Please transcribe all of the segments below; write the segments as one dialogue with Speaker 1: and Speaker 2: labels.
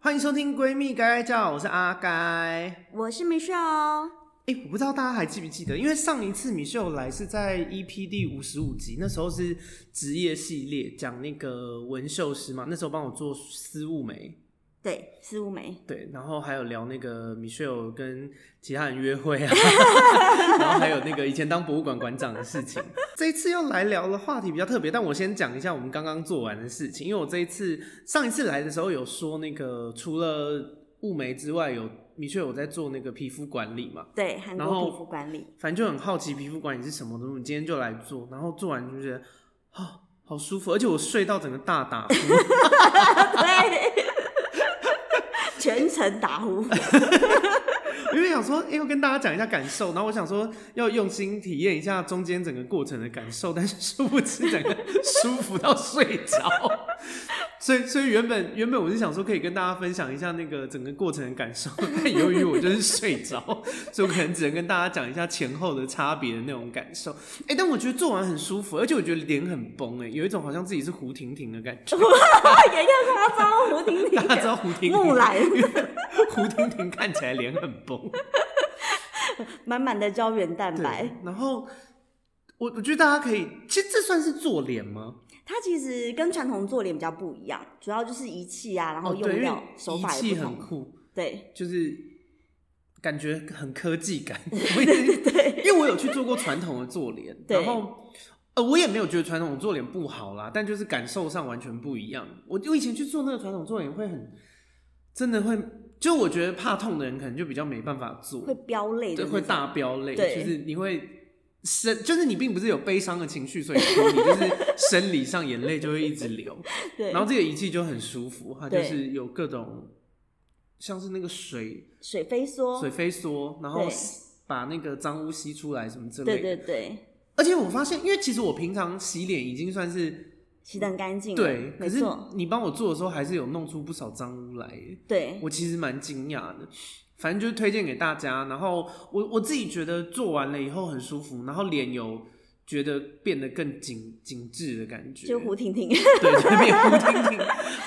Speaker 1: 欢迎收听《闺蜜该该叫》，我是阿该。
Speaker 2: 我是 Michelle，哦
Speaker 1: 哎、我不知道大家还记不记得，因为上一次米秀来是在 EP 第五十五集，那时候是职业系列，讲那个纹绣师嘛，那时候帮我做丝雾眉，
Speaker 2: 对，四五梅，
Speaker 1: 对，然后还有聊那个米秀跟其他人约会啊， 然后还有那个以前当博物馆馆长的事情。这一次要来聊的话题比较特别，但我先讲一下我们刚刚做完的事情，因为我这一次上一次来的时候有说那个除了雾眉之外，有米秀有在做那个皮肤管理嘛，
Speaker 2: 对，韩
Speaker 1: 然后
Speaker 2: 国皮肤管 理，
Speaker 1: 反正就很好奇皮肤管理是什么的，我们今天就来做，然后做完就觉得啊、好舒服，而且我睡到整个大打呼。
Speaker 2: 对， 全程打 呼，
Speaker 1: 因为想说，哎、要跟大家讲一下感受，然后我想说要用心体验一下中间整个过程的感受，但是殊不知整个舒服到睡着。所以，所以原本原本我是想说可以跟大家分享一下那个整个过程的感受，但由于我就是睡着，所以我可能只能跟大家讲一下前后的差别的那种感受。哎、但我觉得做完很舒服，而且我觉得脸很崩，哎，有一种好像自己是胡婷婷的感觉。
Speaker 2: 也要夸张胡婷
Speaker 1: 大家知
Speaker 2: 婷，
Speaker 1: 道胡婷
Speaker 2: 木
Speaker 1: 婷，
Speaker 2: 兰，
Speaker 1: 胡婷婷看起来脸很崩。
Speaker 2: 满满的胶原蛋
Speaker 1: 对，
Speaker 2: 白。
Speaker 1: 然后我我觉得大家可以，其实这算是做脸吗？
Speaker 2: 它其实跟传统做脸比较不一样，主要就是仪器啊，然后
Speaker 1: 哦，对，
Speaker 2: 用
Speaker 1: 因为
Speaker 2: 料手法
Speaker 1: 仪器
Speaker 2: 也不
Speaker 1: 很
Speaker 2: 同。
Speaker 1: 酷，
Speaker 2: 对，
Speaker 1: 就是感觉很科技 感。我对对，因为我有去做过传统的做脸，
Speaker 2: 对
Speaker 1: 然后。呃，我也没有觉得传统做脸不好啦，但就是感受上完全不一样。我我以前去做那个传统做脸会很，真的会，就我觉得怕痛的人可能就比较没办法做，
Speaker 2: 会飙泪的
Speaker 1: 对，
Speaker 2: 那
Speaker 1: 会
Speaker 2: 种
Speaker 1: 大飙泪，
Speaker 2: 对
Speaker 1: 就是你会生，就是你并不是有悲伤的情绪，所以哭，你就是生理上眼泪就会一直流。
Speaker 2: 对
Speaker 1: 然后这个仪器就很舒服，它就
Speaker 2: 对
Speaker 1: 是有各种像是那个水
Speaker 2: 水飞梭
Speaker 1: 水，飞梭，然后
Speaker 2: 对
Speaker 1: 把那个脏污吸出来什么之类
Speaker 2: 对
Speaker 1: 的。
Speaker 2: 对对，
Speaker 1: 而且我发现，因为其实我平常洗脸已经算是
Speaker 2: 洗得很干净了。啊
Speaker 1: 对，可
Speaker 2: 没
Speaker 1: 是
Speaker 2: 错，
Speaker 1: 你帮我做的时候，还是有弄出不少脏污来耶。
Speaker 2: 对，
Speaker 1: 我其实蛮惊讶的。反正就是推荐给大家，然后我我自己觉得做完了以后很舒服，然后脸有觉得变得更紧紧致的感觉，
Speaker 2: 就胡婷 婷
Speaker 1: 对，就变胡婷婷。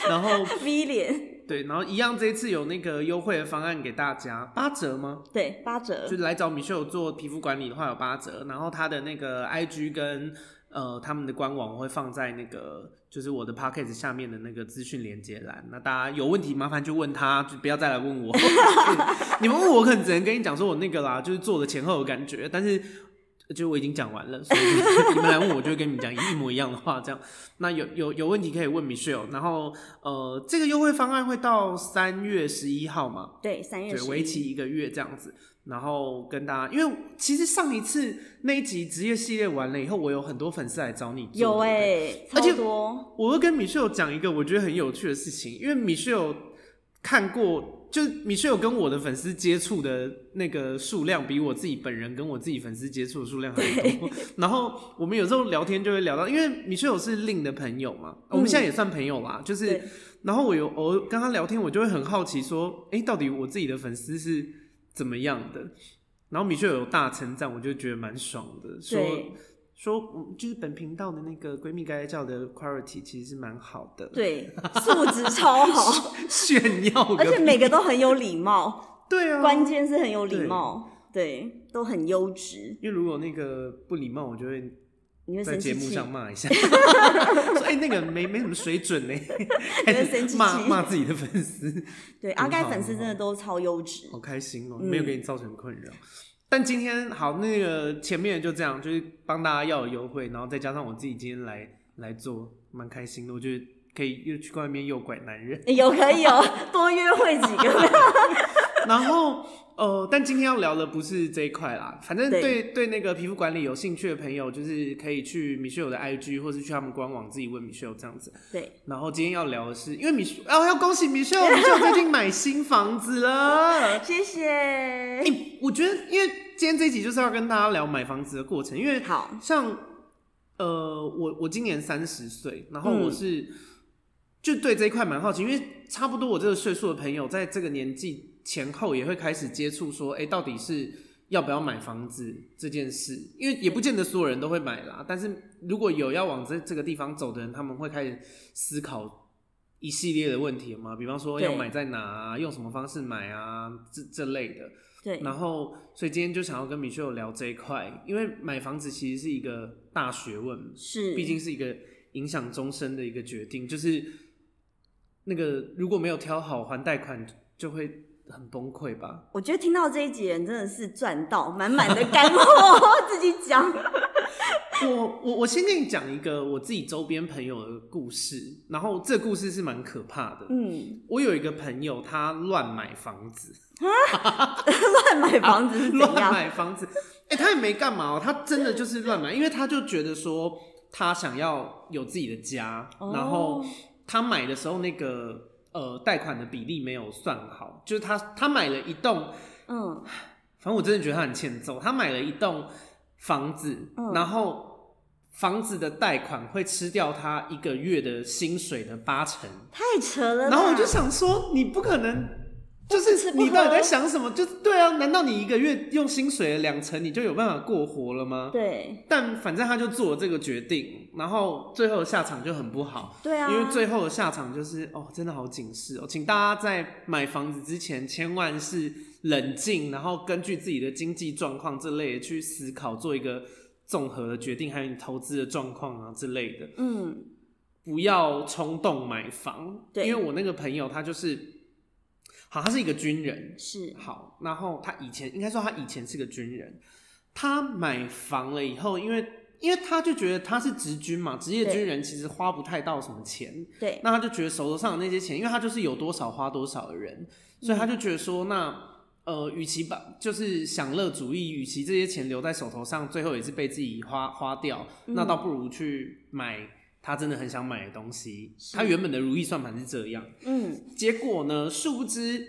Speaker 1: 然后
Speaker 2: V 脸，
Speaker 1: 对，然后一样，这一次有那个优惠的方案给大家，八折吗？
Speaker 2: 对，八折
Speaker 1: 就。是来找米秀做皮肤管理的话有八折，然后他的那个 IG 跟呃他们的官网我会放在那个就是我的 p o c k e t 下面的那个资讯连接栏，那大家有问题麻烦就问他，就不要再来问我。你们问我，我可能只能跟你讲说我那个啦，就是做的前后的感觉，但是。就我已经讲完了，所以你们来问我，就会跟你们讲一模一样的话。这样，那有有有问题可以问 Michelle。然后，呃，这个优惠方案会到三月十一号嘛？
Speaker 2: 对，三月
Speaker 1: 对，
Speaker 2: 十
Speaker 1: 为
Speaker 2: 一
Speaker 1: 期一个月这样子。然后跟大家，因为其实上一次那一集职业系列完了以后，我有很多粉丝来找你做。
Speaker 2: 有哎、
Speaker 1: 哎、
Speaker 2: 超
Speaker 1: 而且
Speaker 2: 多，
Speaker 1: 我会跟米秀讲一个我觉得很有趣的事情，因为米秀看过，就是米秀跟我的粉丝接触的那个数量，比我自己本人跟我自己粉丝接触的数量还多。 然后我们有时候聊天就会聊到，因为米秀是令的朋友嘛，我们现在也算朋友啦，就是
Speaker 2: 对
Speaker 1: 然后我有偶尔跟他聊天，我就会很好奇说，哎、到底我自己的粉丝是怎么样的？然后米秀有大称赞，我就觉得蛮爽的，说
Speaker 2: 对
Speaker 1: 说嗯就是本频道的那个闺蜜该该叫的 quality 其实是蛮好的，，
Speaker 2: 对，素质超 好，
Speaker 1: 炫耀个
Speaker 2: 而且
Speaker 1: 屁
Speaker 2: 每个都很有礼貌，
Speaker 1: 对啊，
Speaker 2: 关键是很有礼貌，对，都很优质，
Speaker 1: 因为如果那个不礼貌，我就会
Speaker 2: 你会
Speaker 1: 在
Speaker 2: 生
Speaker 1: 节
Speaker 2: 气
Speaker 1: 目
Speaker 2: 气，
Speaker 1: 上骂一 下，说哎、那个没没什么水准呢、
Speaker 2: 你会生气
Speaker 1: 骂
Speaker 2: 气。
Speaker 1: 骂自己的粉丝，
Speaker 2: 对，阿
Speaker 1: 很
Speaker 2: 盖
Speaker 1: 好
Speaker 2: 粉丝
Speaker 1: 很好
Speaker 2: 真的都超优质，
Speaker 1: 好开心哦、
Speaker 2: 嗯
Speaker 1: 没有给你造成困扰。但今天好，那个前面就这样，就是帮大家要有优惠，然后再加上我自己今天来来做，蛮开心的。我觉得可以又去外面诱拐男人，
Speaker 2: 有可以 哦，多约会几个，
Speaker 1: 然后呃，但今天要聊的不是这一块啦，反正对
Speaker 2: 对
Speaker 1: 对那个皮肤管理有兴趣的朋友，就是可以去米秀的 IG 或是去他们官网自己问米秀这样子。
Speaker 2: 对，
Speaker 1: 然后今天要聊的是，因为米秀哦要恭喜米秀，米秀最近买新房子 了。
Speaker 2: 谢谢
Speaker 1: 哎、。我觉得，因为今天这一集就是要跟大家聊买房子的过程，因为
Speaker 2: 好，
Speaker 1: 像呃，我我今年三十岁，然后
Speaker 2: 嗯
Speaker 1: 我是、就对这一块蛮好奇，因为差不多我这个岁数的朋友，在这个年纪前后也会开始接触说，哎、到底是要不要买房子这件事？因为也不见得所有人都会买啦，但是如果有要往这这个地方走的人，他们会开始思考一系列的问题嘛，比方说
Speaker 2: 对
Speaker 1: 要买在哪、啊，用什么方式买啊，这这类的。
Speaker 2: 对，
Speaker 1: 然后，所以今天就想要跟米秀聊这一块，因为买房子其实是一个大学问，
Speaker 2: 是，
Speaker 1: 毕竟是一个影响终身的一个决定，就是那个如果没有挑好还贷款，就会很崩溃吧。
Speaker 2: 我觉得听到这一集人真的是赚到，满满的干 货，自己讲。
Speaker 1: 我我我先跟你讲一个我自己周边朋友的故事，然后这故事是蛮可怕的。
Speaker 2: 嗯，
Speaker 1: 我有一个朋友，他乱买房子，
Speaker 2: 乱买房子是怎
Speaker 1: 啊乱
Speaker 2: 样？
Speaker 1: 买房子，哎、他也没干嘛哦，他真的就是乱买，因为他就觉得说他想要有自己的家，
Speaker 2: 哦
Speaker 1: 然后他买的时候那个呃贷款的比例没有算好，就是他他买了一栋
Speaker 2: 嗯，
Speaker 1: 反正我真的觉得他很欠揍。他买了一栋房子，
Speaker 2: 嗯
Speaker 1: 然后房子的贷款会吃掉他一个月的薪水的八成。
Speaker 2: 太扯了啦。
Speaker 1: 然后我就想说，你不可能，就
Speaker 2: 吃
Speaker 1: 是
Speaker 2: 不喝
Speaker 1: 你到底在想什么？就是对啊，难道你一个月用薪水的两成，你就有办法过活了吗？
Speaker 2: 对
Speaker 1: 但反正他就做了这个决定，然后最后的下场就很不好。
Speaker 2: 对啊，
Speaker 1: 因为最后的下场就是哦，真的好警示哦，请大家在买房子之前，千万是冷静，然后根据自己的经济状况这类的去思考，做一个综合的决定，还有你投资的状况啊之类的，
Speaker 2: 嗯
Speaker 1: 不要冲动买房。
Speaker 2: 对
Speaker 1: 因为我那个朋友他就是，好，他是一个军人，
Speaker 2: 是
Speaker 1: 好，然后他以前应该说他以前是个军人，他买房了以后，因为因为他就觉得他是职军嘛，职业
Speaker 2: 对
Speaker 1: 军人其实花不太到什么钱，
Speaker 2: 对
Speaker 1: 那他就觉得手头上的那些钱，因为他就是有多少花多少的人，所以他就觉得说，那呃，与其把就是享乐主义，与其这些钱留在手头上，最后也是被自己花花掉，那倒不如去买他真的很想买的东西。
Speaker 2: 是
Speaker 1: 他原本的如意算盘是这样，
Speaker 2: 嗯
Speaker 1: 结果呢，殊不知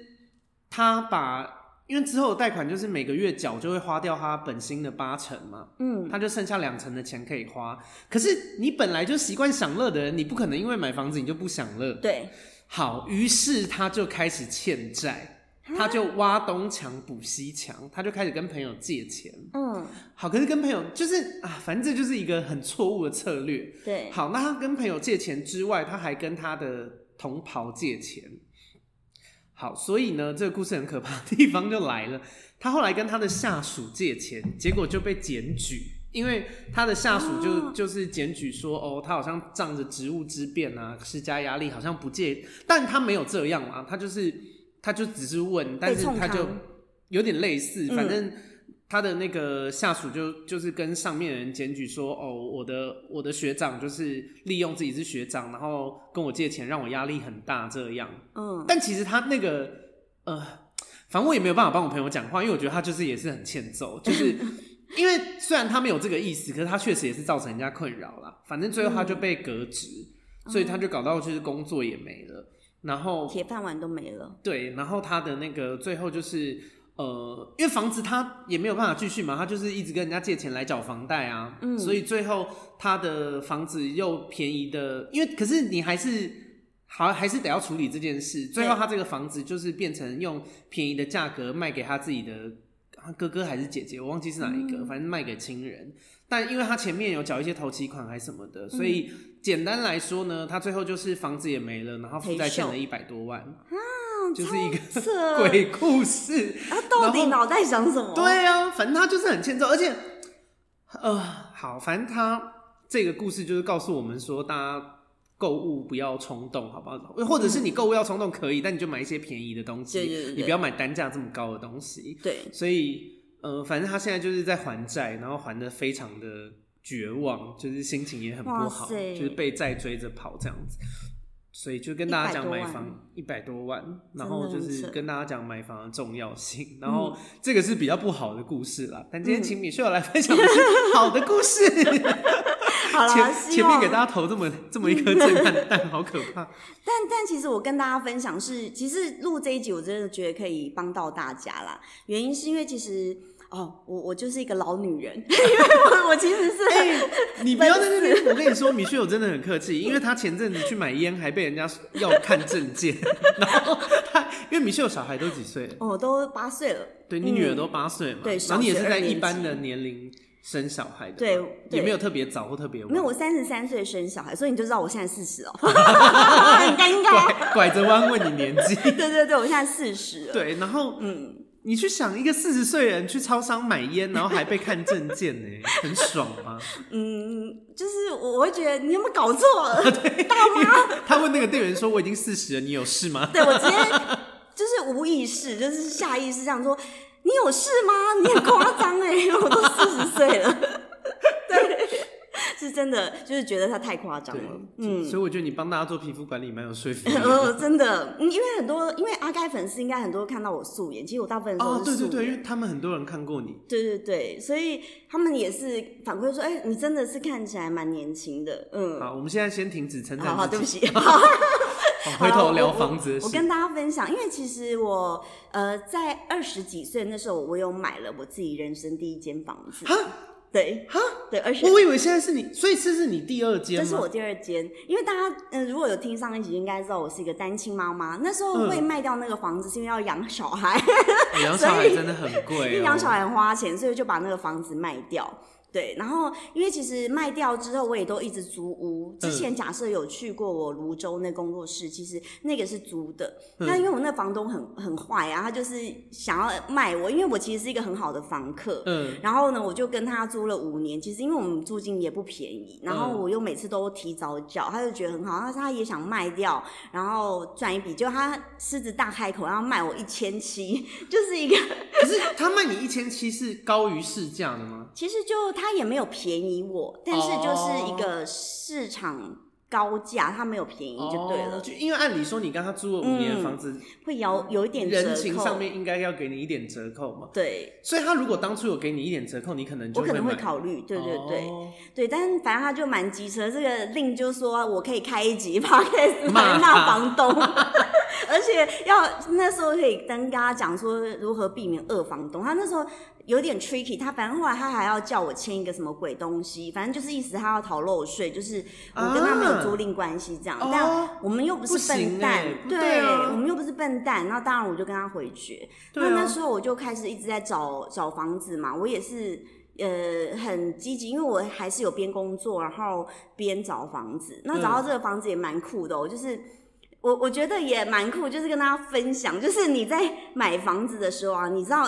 Speaker 1: 他把。因为之后的贷款就是每个月缴就会花掉他本薪的八成嘛，
Speaker 2: 嗯
Speaker 1: 他就剩下两成的钱可以花。可是你本来就习惯享乐的人，你不可能因为买房子你就不享乐。
Speaker 2: 对
Speaker 1: 好，于是他就开始欠债，他就挖东墙补西墙，他就开始跟朋友借钱。
Speaker 2: 嗯
Speaker 1: 好，可是跟朋友就是啊，反正这就是一个很错误的策略。
Speaker 2: 对
Speaker 1: 好，那他跟朋友借钱之外，他还跟他的同袍借钱。好，所以呢，这个故事很可怕的地方就来了。他后来跟他的下属借钱，结果就被检举，因为他的下属就、
Speaker 2: 哦
Speaker 1: 就是检举说，哦，他好像仗着职务之便啊，施加压力，好像不借，但他没有这样啊，他就是他就只是问，但是
Speaker 2: 冲
Speaker 1: 他就
Speaker 2: 康
Speaker 1: 有点类似，
Speaker 2: 嗯
Speaker 1: 反正他的那个下属就就是跟上面的人检举说，哦，我的我的学长就是利用自己是学长，然后跟我借钱，让我压力很大这样。
Speaker 2: 嗯
Speaker 1: 但其实他那个呃，反正我也没有办法帮我朋友讲话，因为我觉得他就是也是很欠揍，就是因为虽然他没有这个意思，可是他确实也是造成人家困扰啦。反正最后他就被革职，所以他就搞到就是工作也没了，然后
Speaker 2: 铁饭碗都没了。
Speaker 1: 对，然后他的那个最后就是呃，因为房子他也没有办法继续嘛，他就是一直跟人家借钱来缴房贷啊，
Speaker 2: 嗯
Speaker 1: 所以最后他的房子又便宜的，因为可是你还是好还是得要处理这件事，最后
Speaker 2: 对
Speaker 1: 他这个房子就是变成用便宜的价格卖给他自己的。啊哥哥还是姐姐，我忘记是哪一
Speaker 2: 嗯
Speaker 1: 个，反正卖给亲人。但因为他前面有缴一些头期款还是什么的，
Speaker 2: 嗯
Speaker 1: 所以简单来说呢，他最后就是房子也没了，然后负债欠了
Speaker 2: 赔
Speaker 1: 一百多万。
Speaker 2: 嗯
Speaker 1: 就是一个
Speaker 2: 超 扯
Speaker 1: 鬼故事。
Speaker 2: 他到底
Speaker 1: 然后
Speaker 2: 脑袋想什 么？，
Speaker 1: 对啊，反正他就是很欠揍，而且，呃，好，反正他这个故事就是告诉我们说，大家购物不要冲动，好不好？或者是你购物要冲动可以，但你就买一些便宜的东西，
Speaker 2: 对对对对
Speaker 1: 你不要买单价这么高的东西。
Speaker 2: 对
Speaker 1: 所以，呃，反正他现在就是在还债，然后还的非常的绝望，就是心情也很不
Speaker 2: 哇
Speaker 1: 好，
Speaker 2: 塞
Speaker 1: 就是被债追着跑这样子。所以就跟大家讲
Speaker 2: 100多
Speaker 1: 买
Speaker 2: 万
Speaker 1: 房一百多万，然
Speaker 2: 真
Speaker 1: 后
Speaker 2: 的
Speaker 1: 就
Speaker 2: 很
Speaker 1: 是
Speaker 2: 扯
Speaker 1: 跟大家讲买房的重要性，然后这个是比较不好的故事啦。但今天请米秀来分享的是好的故事，
Speaker 2: 好啦，
Speaker 1: 前
Speaker 2: 希
Speaker 1: 前面给
Speaker 2: 望
Speaker 1: 大家投这么这么一颗震撼弹，好可怕。
Speaker 2: 但但其实我跟大家分享是，其实录这一集我真的觉得可以帮到大家啦。原因是因为其实哦，我我就是一个老女人， 因为我我其实是
Speaker 1: 哎、你不要在那边，我跟你说，米雪友真的很客气，因为他前阵子去买烟还被人家要看证件， 然后他因为米雪友小孩都几岁了？
Speaker 2: 我、哦、都八岁了，
Speaker 1: 对你女儿都八岁嘛、
Speaker 2: 嗯对
Speaker 1: 然后你也是
Speaker 2: 小学
Speaker 1: 在
Speaker 2: 二年级
Speaker 1: 一般的年龄生小孩的吗，
Speaker 2: 对对
Speaker 1: 也没有特别早或特别晚，
Speaker 2: 没有，我三十三岁生小孩，所以你就知道我现在四 十哦，很尴尬。
Speaker 1: 拐拐着弯问你年纪。
Speaker 2: 对对对，我现在四十了。
Speaker 1: 对，然后
Speaker 2: 嗯，
Speaker 1: 你去想一个四十岁人去超商买烟，然后还被看证件呢、很爽 吗？
Speaker 2: 嗯，就是我会觉得你有没有搞错？ 大妈
Speaker 1: 他问那个店员说：“我已经四十了，你有事吗
Speaker 2: 对我 直接就是无意识，就是下意识这样说：“你有事吗？你很夸张哎， 我都四十岁了。”对，是真的，就是觉得他太夸？”张
Speaker 1: 对
Speaker 2: 了。，
Speaker 1: 嗯，
Speaker 2: 嗯，
Speaker 1: 所以我觉得你帮大家做皮肤管理蛮有说服 力的。
Speaker 2: 呃，真的，嗯因为很多，因为阿该粉丝应该很多看到我素颜，其实我大部分时候
Speaker 1: 哦，
Speaker 2: 是
Speaker 1: 对
Speaker 2: 素
Speaker 1: 对
Speaker 2: 颜。
Speaker 1: 对，因为他们很多人看过你，
Speaker 2: 对对对，所以他们也是反馈说，哎、你真的是看起来蛮年轻的，嗯，
Speaker 1: 好，我们现在先停止称赞
Speaker 2: 好好，
Speaker 1: 自
Speaker 2: 对不
Speaker 1: 己，
Speaker 2: 起，
Speaker 1: 好回
Speaker 2: 好
Speaker 1: 头
Speaker 2: 我
Speaker 1: 聊房子的
Speaker 2: 我
Speaker 1: 事。
Speaker 2: 跟大家分享，因为其实我呃在二十几岁那时候，我有买了我自己人生第一间房子。对，对，二十，
Speaker 1: 我以为现在是你，所以这是你第二间
Speaker 2: 这
Speaker 1: 吗？
Speaker 2: 是我第二间。因为大家嗯、呃如果有听上一集，应该知道我是一个单亲妈妈。那时候
Speaker 1: 嗯
Speaker 2: 会卖掉那个房子，是因为要养小孩，
Speaker 1: 哎养
Speaker 2: 所
Speaker 1: 小孩
Speaker 2: 以
Speaker 1: 真的很
Speaker 2: 因
Speaker 1: 贵、
Speaker 2: 为
Speaker 1: 哦，
Speaker 2: 养小孩很花钱，所以就把那个房子卖掉。对，然后因为其实卖掉之后，我也都一直租屋。之
Speaker 1: 嗯
Speaker 2: 前假设有去过我泸州那工作室，其实那个是租的。
Speaker 1: 嗯
Speaker 2: 那因为我那房东很很坏啊，他就是想要卖我，因为我其实是一个很好的房客。
Speaker 1: 嗯，
Speaker 2: 然后呢，我就跟他租了五年。其实因为我们租金也不便宜，然后
Speaker 1: 嗯
Speaker 2: 我又每次都提早缴，他就觉得很好。他说他也想卖掉，然后赚一笔。就他狮子大开口，要卖我一千七， 就是一个
Speaker 1: 可是他卖你一千七是高于市价的吗？
Speaker 2: 其实就他也没有便宜我，但是就是
Speaker 1: 哦
Speaker 2: 一个市场高价，他没有便宜就对了，
Speaker 1: 哦就因为按理说你刚刚租了五年的房子，
Speaker 2: 会有有一点折扣。
Speaker 1: 人情上面应该要给你一点折扣嘛。
Speaker 2: 对，
Speaker 1: 所以他如果当初有给你一点折扣，你可能就
Speaker 2: 我可能
Speaker 1: 会
Speaker 2: 会
Speaker 1: 买
Speaker 2: 考虑，对对对、
Speaker 1: 哦
Speaker 2: 对，但是反正他就蛮机车，这个令就说我可以开一集 podcast
Speaker 1: 骂他
Speaker 2: 来骂房东， 而且要那时候可以跟跟他讲说如何避免恶房东，他那时候。有点 tricky，他反正后来他还要叫我签一个什么鬼东西，反正就是意思他要逃漏税，就是我跟他没有租赁关系这样，但
Speaker 1: 啊哦，
Speaker 2: 我们又不是笨蛋，
Speaker 1: 不行欸对啊
Speaker 2: 我们又不是笨蛋，那当然我就跟他回绝。
Speaker 1: 对啊
Speaker 2: 那那时候我就开始一直在找找房子嘛，我也是呃很积极，因为我还是有边工作，然后边找房子。那找
Speaker 1: 嗯
Speaker 2: 到这个房子也蛮酷的、哦，就是。我我觉得也蛮酷，就是跟大家分享，就是你在买房子的时候啊，你知道，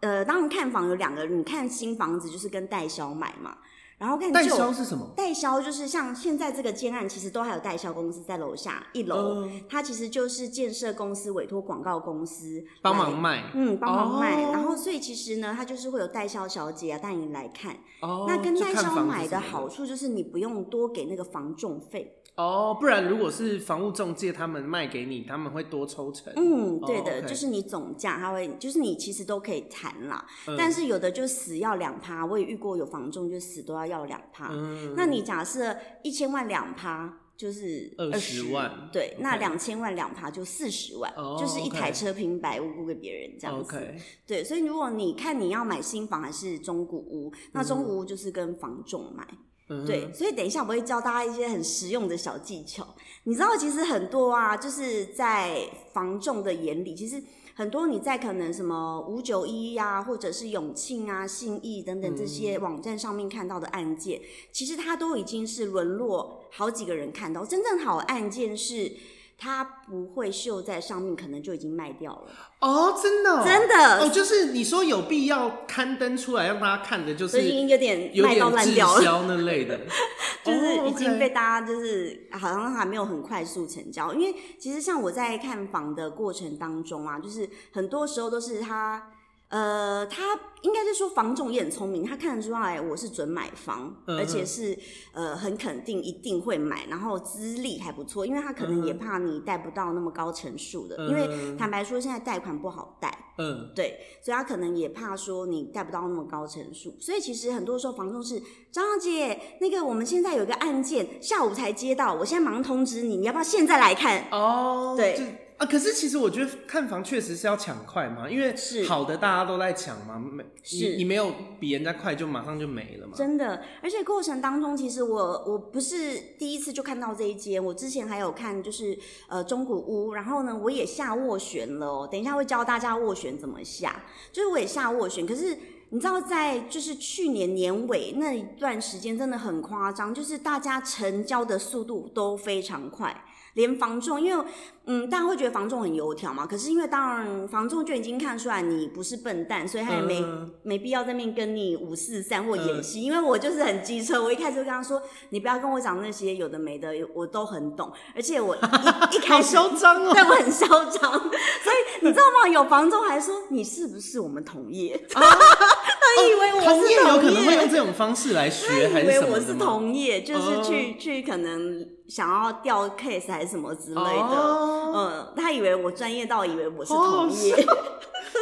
Speaker 2: 呃，当然看房有两个，你看新房子就是跟代销买嘛，然后看
Speaker 1: 代
Speaker 2: 旧
Speaker 1: 销是什么？
Speaker 2: 代销就是像现在这个建案，其实都还有代销公司在楼下一楼，
Speaker 1: 嗯，
Speaker 2: 它其实就是建设公司委托广告公司
Speaker 1: 帮忙
Speaker 2: 来。
Speaker 1: 卖
Speaker 2: 嗯，帮忙卖，
Speaker 1: 哦
Speaker 2: 然后所以其实呢，它就是会有代销小姐啊带你来看。
Speaker 1: 哦。
Speaker 2: 那跟
Speaker 1: 就
Speaker 2: 代
Speaker 1: 看
Speaker 2: 销
Speaker 1: 房子
Speaker 2: 买
Speaker 1: 什么的
Speaker 2: 的好处就是你不用多给那个房仲费。
Speaker 1: 哦，不然如果是房屋中介他们卖给你，他们会多抽成。
Speaker 2: 嗯，对
Speaker 1: 哦
Speaker 2: 的，
Speaker 1: ，OK
Speaker 2: 就是你总价，它会就是你其实都可以谈啦，
Speaker 1: 嗯
Speaker 2: 但是有的就死要两趴，我也遇过有房仲就死都要要两趴。
Speaker 1: 嗯，
Speaker 2: 啊那你假设一千万两趴就是
Speaker 1: 20万
Speaker 2: 对
Speaker 1: OK
Speaker 2: 那两千万两趴就四十万
Speaker 1: 哦
Speaker 2: 就是一台
Speaker 1: OK 哦
Speaker 2: 车平白无故给别人这样子。
Speaker 1: OK，
Speaker 2: 对，所以如果你看你要买新房还是中古屋，那中古屋就是跟房仲买。
Speaker 1: 嗯
Speaker 2: 对，所以等一下我会教大家一些很实用的小技巧。你知道，其实很多啊，就是在房仲的眼里，其实很多你在可能什么五九一呀，或者是永庆啊、信义等等这
Speaker 1: 嗯
Speaker 2: 些网站上面看到的案件，其实它都已经是沦落好几个人看到。真正好的案件是。它不会秀在上面，可能就已经卖掉了，
Speaker 1: 哦，真的哦、
Speaker 2: 真的，
Speaker 1: 哦，就是你说有必要刊登出来让大家看的，就
Speaker 2: 所
Speaker 1: 是
Speaker 2: 以已经有点
Speaker 1: 有
Speaker 2: 卖
Speaker 1: 点
Speaker 2: 到烂
Speaker 1: 滞
Speaker 2: 掉了。
Speaker 1: 销那类的，
Speaker 2: 就是已经
Speaker 1: 哦
Speaker 2: 被
Speaker 1: ，OK
Speaker 2: 大家就是好像还没有很快速成交，因为其实像我在看房的过程当中啊，就是很多时候都是他，呃，他应该是说房仲也很聪明，他看得出来我是准买方，
Speaker 1: 嗯
Speaker 2: 而且是呃很肯定一定会买，然后资历还不错，因为他可能也
Speaker 1: 嗯
Speaker 2: 怕你贷不到那么高层数的，因为
Speaker 1: 嗯
Speaker 2: 坦白说现在贷款不好贷，
Speaker 1: 嗯
Speaker 2: 对，所以他可能也怕说你贷不到那么高层数，所以其实很多时候房东是张小姐，那个我们现在有一个案件，下午才接到，我现在马上通知你，你要不要现在来看？
Speaker 1: 哦，
Speaker 2: 对
Speaker 1: 就啊，可是其实我觉得看房确实是要抢快嘛，因为
Speaker 2: 是
Speaker 1: 好的大家都在抢嘛，没你
Speaker 2: 是
Speaker 1: 你没有比人家快就马上就没了嘛，
Speaker 2: 真的，而且过程当中，其实我我不是第一次就看到这一间，我之前还有看就是呃中古屋，然后呢我也下斡旋了哦，等一下会教大家斡旋怎么下，就是我也下斡旋，可是你知道，在就是去年年尾那一段时间真的很夸张，就是大家成交的速度都非常快，连房仲，因为嗯，大家会觉得房仲很油条嘛，可是因为当然房仲就已经看出来你不是笨蛋，所以他也没、
Speaker 1: 嗯
Speaker 2: 没必要在面跟你五四三或演戏，因为我就是很机车，我一开始就跟他说，你不要跟我讲那些有的没的，我都很懂，而且 我一一开
Speaker 1: 好
Speaker 2: 始
Speaker 1: 嚣张哦
Speaker 2: 对！我很嚣张， 所以你知道吗？有房东还说你是不是我们同业？他以为我是
Speaker 1: 同业有可能会
Speaker 2: 业
Speaker 1: 用 这种方式来学，
Speaker 2: 他
Speaker 1: 还
Speaker 2: 以
Speaker 1: 是
Speaker 2: 为
Speaker 1: 什么
Speaker 2: 我
Speaker 1: 的
Speaker 2: 是
Speaker 1: 吗？
Speaker 2: 同业，就是去、
Speaker 1: 哦
Speaker 2: 去可能想要调 case 还是什么之类的。
Speaker 1: 哦，
Speaker 2: 嗯，他以为我专业到以为我是
Speaker 1: 好好
Speaker 2: 同业，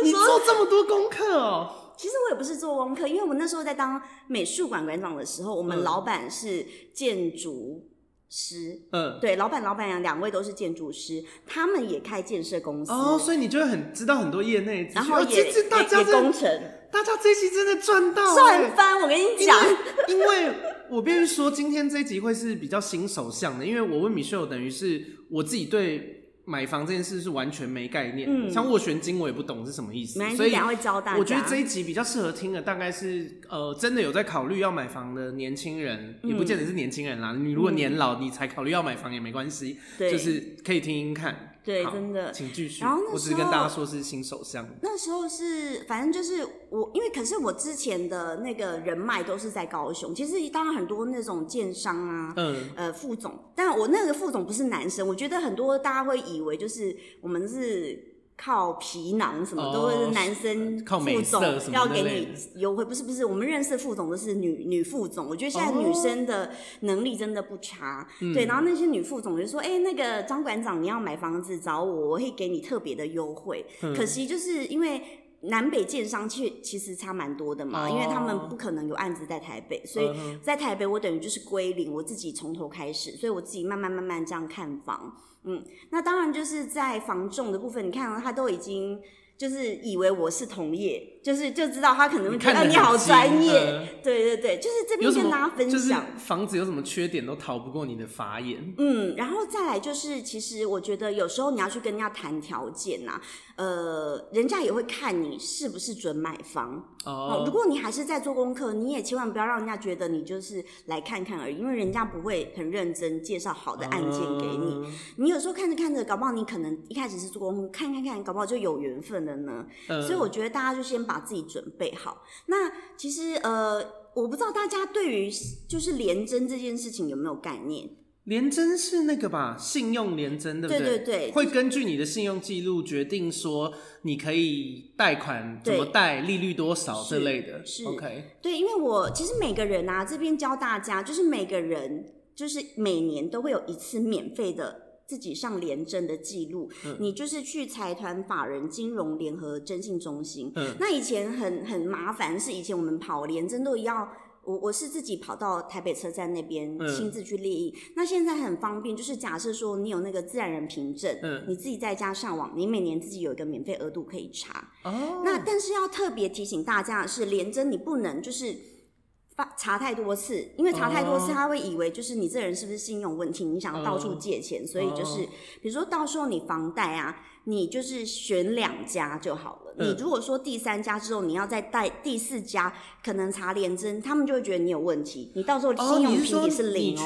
Speaker 1: 你做这么多功课哦，
Speaker 2: 其实我也不是做功课，因为我那时候在当美术馆馆长的时候，我们
Speaker 1: 嗯
Speaker 2: 老板是建筑师，
Speaker 1: 嗯，
Speaker 2: 对，老板老板娘两位都是建筑师，他们也开建设公司，
Speaker 1: 哦，所以你就会很知道很多业内资讯，
Speaker 2: 然后
Speaker 1: 哦
Speaker 2: 也
Speaker 1: 这这大
Speaker 2: 也
Speaker 1: 家
Speaker 2: 也工
Speaker 1: 这
Speaker 2: 程
Speaker 1: 大家这一期真的赚到欸
Speaker 2: 赚翻，我跟你讲，
Speaker 1: 因为我必须说，今天这一集会是比较新手向的，因为我问米秀，等于是我自己对买房这件事是完全没概念的，
Speaker 2: 嗯
Speaker 1: 像斡旋金我也不懂是什么意思
Speaker 2: 没，关系，
Speaker 1: 所
Speaker 2: 等一
Speaker 1: 以
Speaker 2: 下会教大家。
Speaker 1: 我觉得这一集比较适合听的，大概是呃，真的有在考虑要买房的年轻人，
Speaker 2: 嗯
Speaker 1: 也不见得是年轻人啦。你如果年老，你才考虑要买房也没关系，
Speaker 2: 嗯对
Speaker 1: 就是可以听听看。
Speaker 2: 对
Speaker 1: 好
Speaker 2: 真的
Speaker 1: 请继续。
Speaker 2: 然后那时候
Speaker 1: 我只是跟大家说是新手项。
Speaker 2: 那时候是，反正就是我，因为可是我之前的那个人脉都是在高雄，其实当然很多那种建商啊。
Speaker 1: 嗯，
Speaker 2: 呃，副总，但我那个副总不是男生，我觉得很多大家会以为就是我们是靠皮囊什么，
Speaker 1: 哦呃
Speaker 2: 都会是男生
Speaker 1: 靠
Speaker 2: 副
Speaker 1: 美
Speaker 2: 总
Speaker 1: 色什么
Speaker 2: 要
Speaker 1: 之
Speaker 2: 给
Speaker 1: 类
Speaker 2: 你优惠，不是不是，我们认识副总都是女女副总，我觉得现在女
Speaker 1: 哦嗯
Speaker 2: 生的能力真的不差，对，然后那些女副总就说：“哎、那个张馆长，你要买房子找我，我会给你特别的优惠。可惜就是因为南北建商其其实差蛮多的嘛，
Speaker 1: 哦
Speaker 2: 因为他们不可能有案子在台北，所以
Speaker 1: 嗯哼
Speaker 2: 在台北我等于就是归零，我自己从头开始，所以我自己慢慢慢慢这样看房。嗯，那当然就是在房仲的部分，你看、啊、他都已经。就是以为我是同业，就是就知道他可能会觉
Speaker 1: 看
Speaker 2: 得
Speaker 1: 得很
Speaker 2: 啊你好
Speaker 1: 精
Speaker 2: 专业，
Speaker 1: 嗯
Speaker 2: 对对对，就是这
Speaker 1: 有
Speaker 2: 边
Speaker 1: 什
Speaker 2: 跟
Speaker 1: 么
Speaker 2: 大家分
Speaker 1: 就是
Speaker 2: 享。
Speaker 1: 房子有什么缺点都逃不过你的法眼。
Speaker 2: 嗯，然后再来就是，其实我觉得有时候你要去跟人家谈条件呐、呃，人家也会看你是不是准买房。哦，如
Speaker 1: 哦，
Speaker 2: 果你还是在做功课，你也千万不要让人家觉得你就是来看看而已，因为人家不会很认真介绍好的案件给你。
Speaker 1: 嗯。
Speaker 2: 你有时候看着看着，搞不好你可能一开始是做功课，看看看，搞不好就有缘分了呢。
Speaker 1: 嗯
Speaker 2: 所以我觉得大家就先把自己准备好。那其实呃。我不知道大家对于就是廉贞这件事情有没有概念？
Speaker 1: 连征是那个吧，信用连征，对不对
Speaker 2: 对对对
Speaker 1: 会根据你的信用记录决定说你可以贷款怎
Speaker 2: 对
Speaker 1: 么贷，利率多少
Speaker 2: 是
Speaker 1: 这类的。
Speaker 2: 是
Speaker 1: OK，
Speaker 2: 对，因为我其实每个人啊，这边教大家，就是每个人就是每年都会有一次免费的自己上廉政的记录，
Speaker 1: 嗯
Speaker 2: 你就是去财团法人金融联合征信中心。
Speaker 1: 嗯
Speaker 2: 那以前很很麻烦，是以前我们跑廉政都要。我我是自己跑到台北车站那边
Speaker 1: 嗯
Speaker 2: 亲自去列印，那现在很方便，就是假设说你有那个自然人凭证，
Speaker 1: 嗯
Speaker 2: 你自己在家上网，你每年自己有一个免费额度可以查，
Speaker 1: 哦，
Speaker 2: 那但是要特别提醒大家的是，连真你不能就是发查太多次，因为查太多次
Speaker 1: 哦
Speaker 2: 他会以为就是你这人是不是信用问题，你想要到处
Speaker 1: 嗯
Speaker 2: 借钱，所以就是
Speaker 1: 哦
Speaker 2: 比如说到时候你房贷啊，你就是选两家就好了。
Speaker 1: 嗯
Speaker 2: 你如果说第三家之后你要再贷第四家，可能查连真，他们就会觉得你有问题，你到时候
Speaker 1: 哦，
Speaker 2: 信用
Speaker 1: 你是
Speaker 2: 评
Speaker 1: 说
Speaker 2: 比是
Speaker 1: 你
Speaker 2: 零
Speaker 1: 去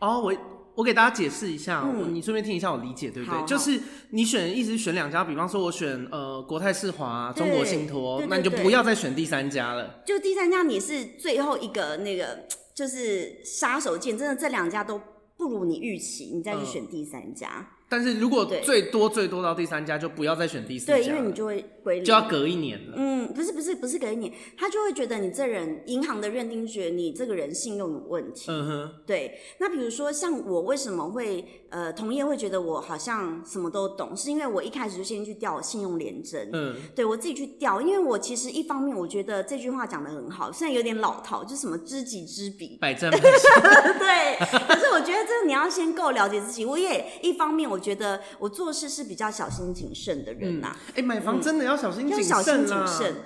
Speaker 2: 哦。
Speaker 1: 哦，我我给大家解释一下，
Speaker 2: 嗯
Speaker 1: 我你顺便听一下我理解对不
Speaker 2: 好
Speaker 1: 对？
Speaker 2: 好
Speaker 1: 就是你选一直选两家，比方说我选呃国泰世华、
Speaker 2: 对
Speaker 1: 中国信托
Speaker 2: 对，对
Speaker 1: 那你就
Speaker 2: 对
Speaker 1: 不要再选第三家了。
Speaker 2: 就第三家你是最后一个那个就是杀手锏，真的这两家都不如你预期，你再去
Speaker 1: 嗯
Speaker 2: 选第三家。
Speaker 1: 但是如果
Speaker 2: 对
Speaker 1: 最多最多到第三家，就不要再选第四家了，
Speaker 2: 对，因为你就会归零。
Speaker 1: 就要隔一年了。
Speaker 2: 嗯，不是不是不是给你，他就会觉得你这人，银行的认定觉得你这个人信用有问题。
Speaker 1: 嗯哼。
Speaker 2: 对，那比如说像我为什么会呃，同业会觉得我好像什么都懂，是因为我一开始就先去调信用联征。
Speaker 1: 嗯，
Speaker 2: 对我自己去调，因为我其实一方面我觉得这句话讲的很好，虽然有点老套，就是什么知己知彼，
Speaker 1: 百战不胜。
Speaker 2: 对，可是我觉得这个你要先够了解自己。我也一方面我觉得我做事是比较小心谨慎的人呐、
Speaker 1: 哎、买房真的要小心
Speaker 2: 要
Speaker 1: 嗯谨
Speaker 2: 小心
Speaker 1: 慎
Speaker 2: 谨
Speaker 1: 啦！
Speaker 2: 慎。嗯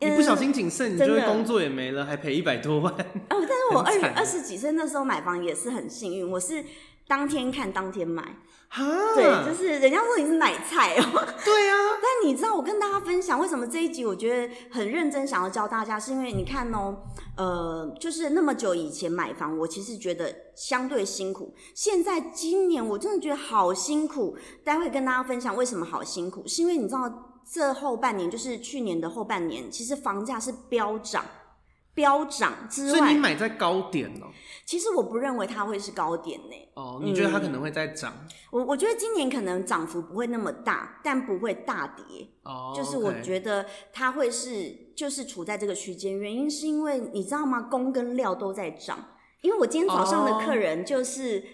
Speaker 1: 你不小心谨慎，你就
Speaker 2: 真
Speaker 1: 会
Speaker 2: 的
Speaker 1: 工作也没了，还赔一百多万。
Speaker 2: 哦，但是我
Speaker 1: 很
Speaker 2: 二
Speaker 1: 惨
Speaker 2: 二十几岁那时候买房也是很幸运，我是当天看当天买。
Speaker 1: 哈，
Speaker 2: 对，就是人家说你是奶菜哦、
Speaker 1: 对啊，
Speaker 2: 但你知道我跟大家分享为什么这一集我觉得很认真想要教大家，是因为你看哦、呃，就是那么久以前买房，我其实觉得相对辛苦。现在今年我真的觉得好辛苦，待会跟大家分享为什么好辛苦，是因为你知道这后半年就是去年的后半年，其实房价是飙涨。飙涨之
Speaker 1: 所以你
Speaker 2: 外，
Speaker 1: 买在高点哦、
Speaker 2: 其实我不认为它会是高点呢、
Speaker 1: 哦，你觉
Speaker 2: 嗯
Speaker 1: 得它可能会再涨？
Speaker 2: 我我觉得今年可能涨幅不会那么大，但不会大跌。
Speaker 1: 哦，
Speaker 2: 就是我
Speaker 1: OK
Speaker 2: 觉得它会是就是处在这个区间，原因是因为你知道吗？工跟料都在涨，因为我今天早上的
Speaker 1: 哦
Speaker 2: 客人就是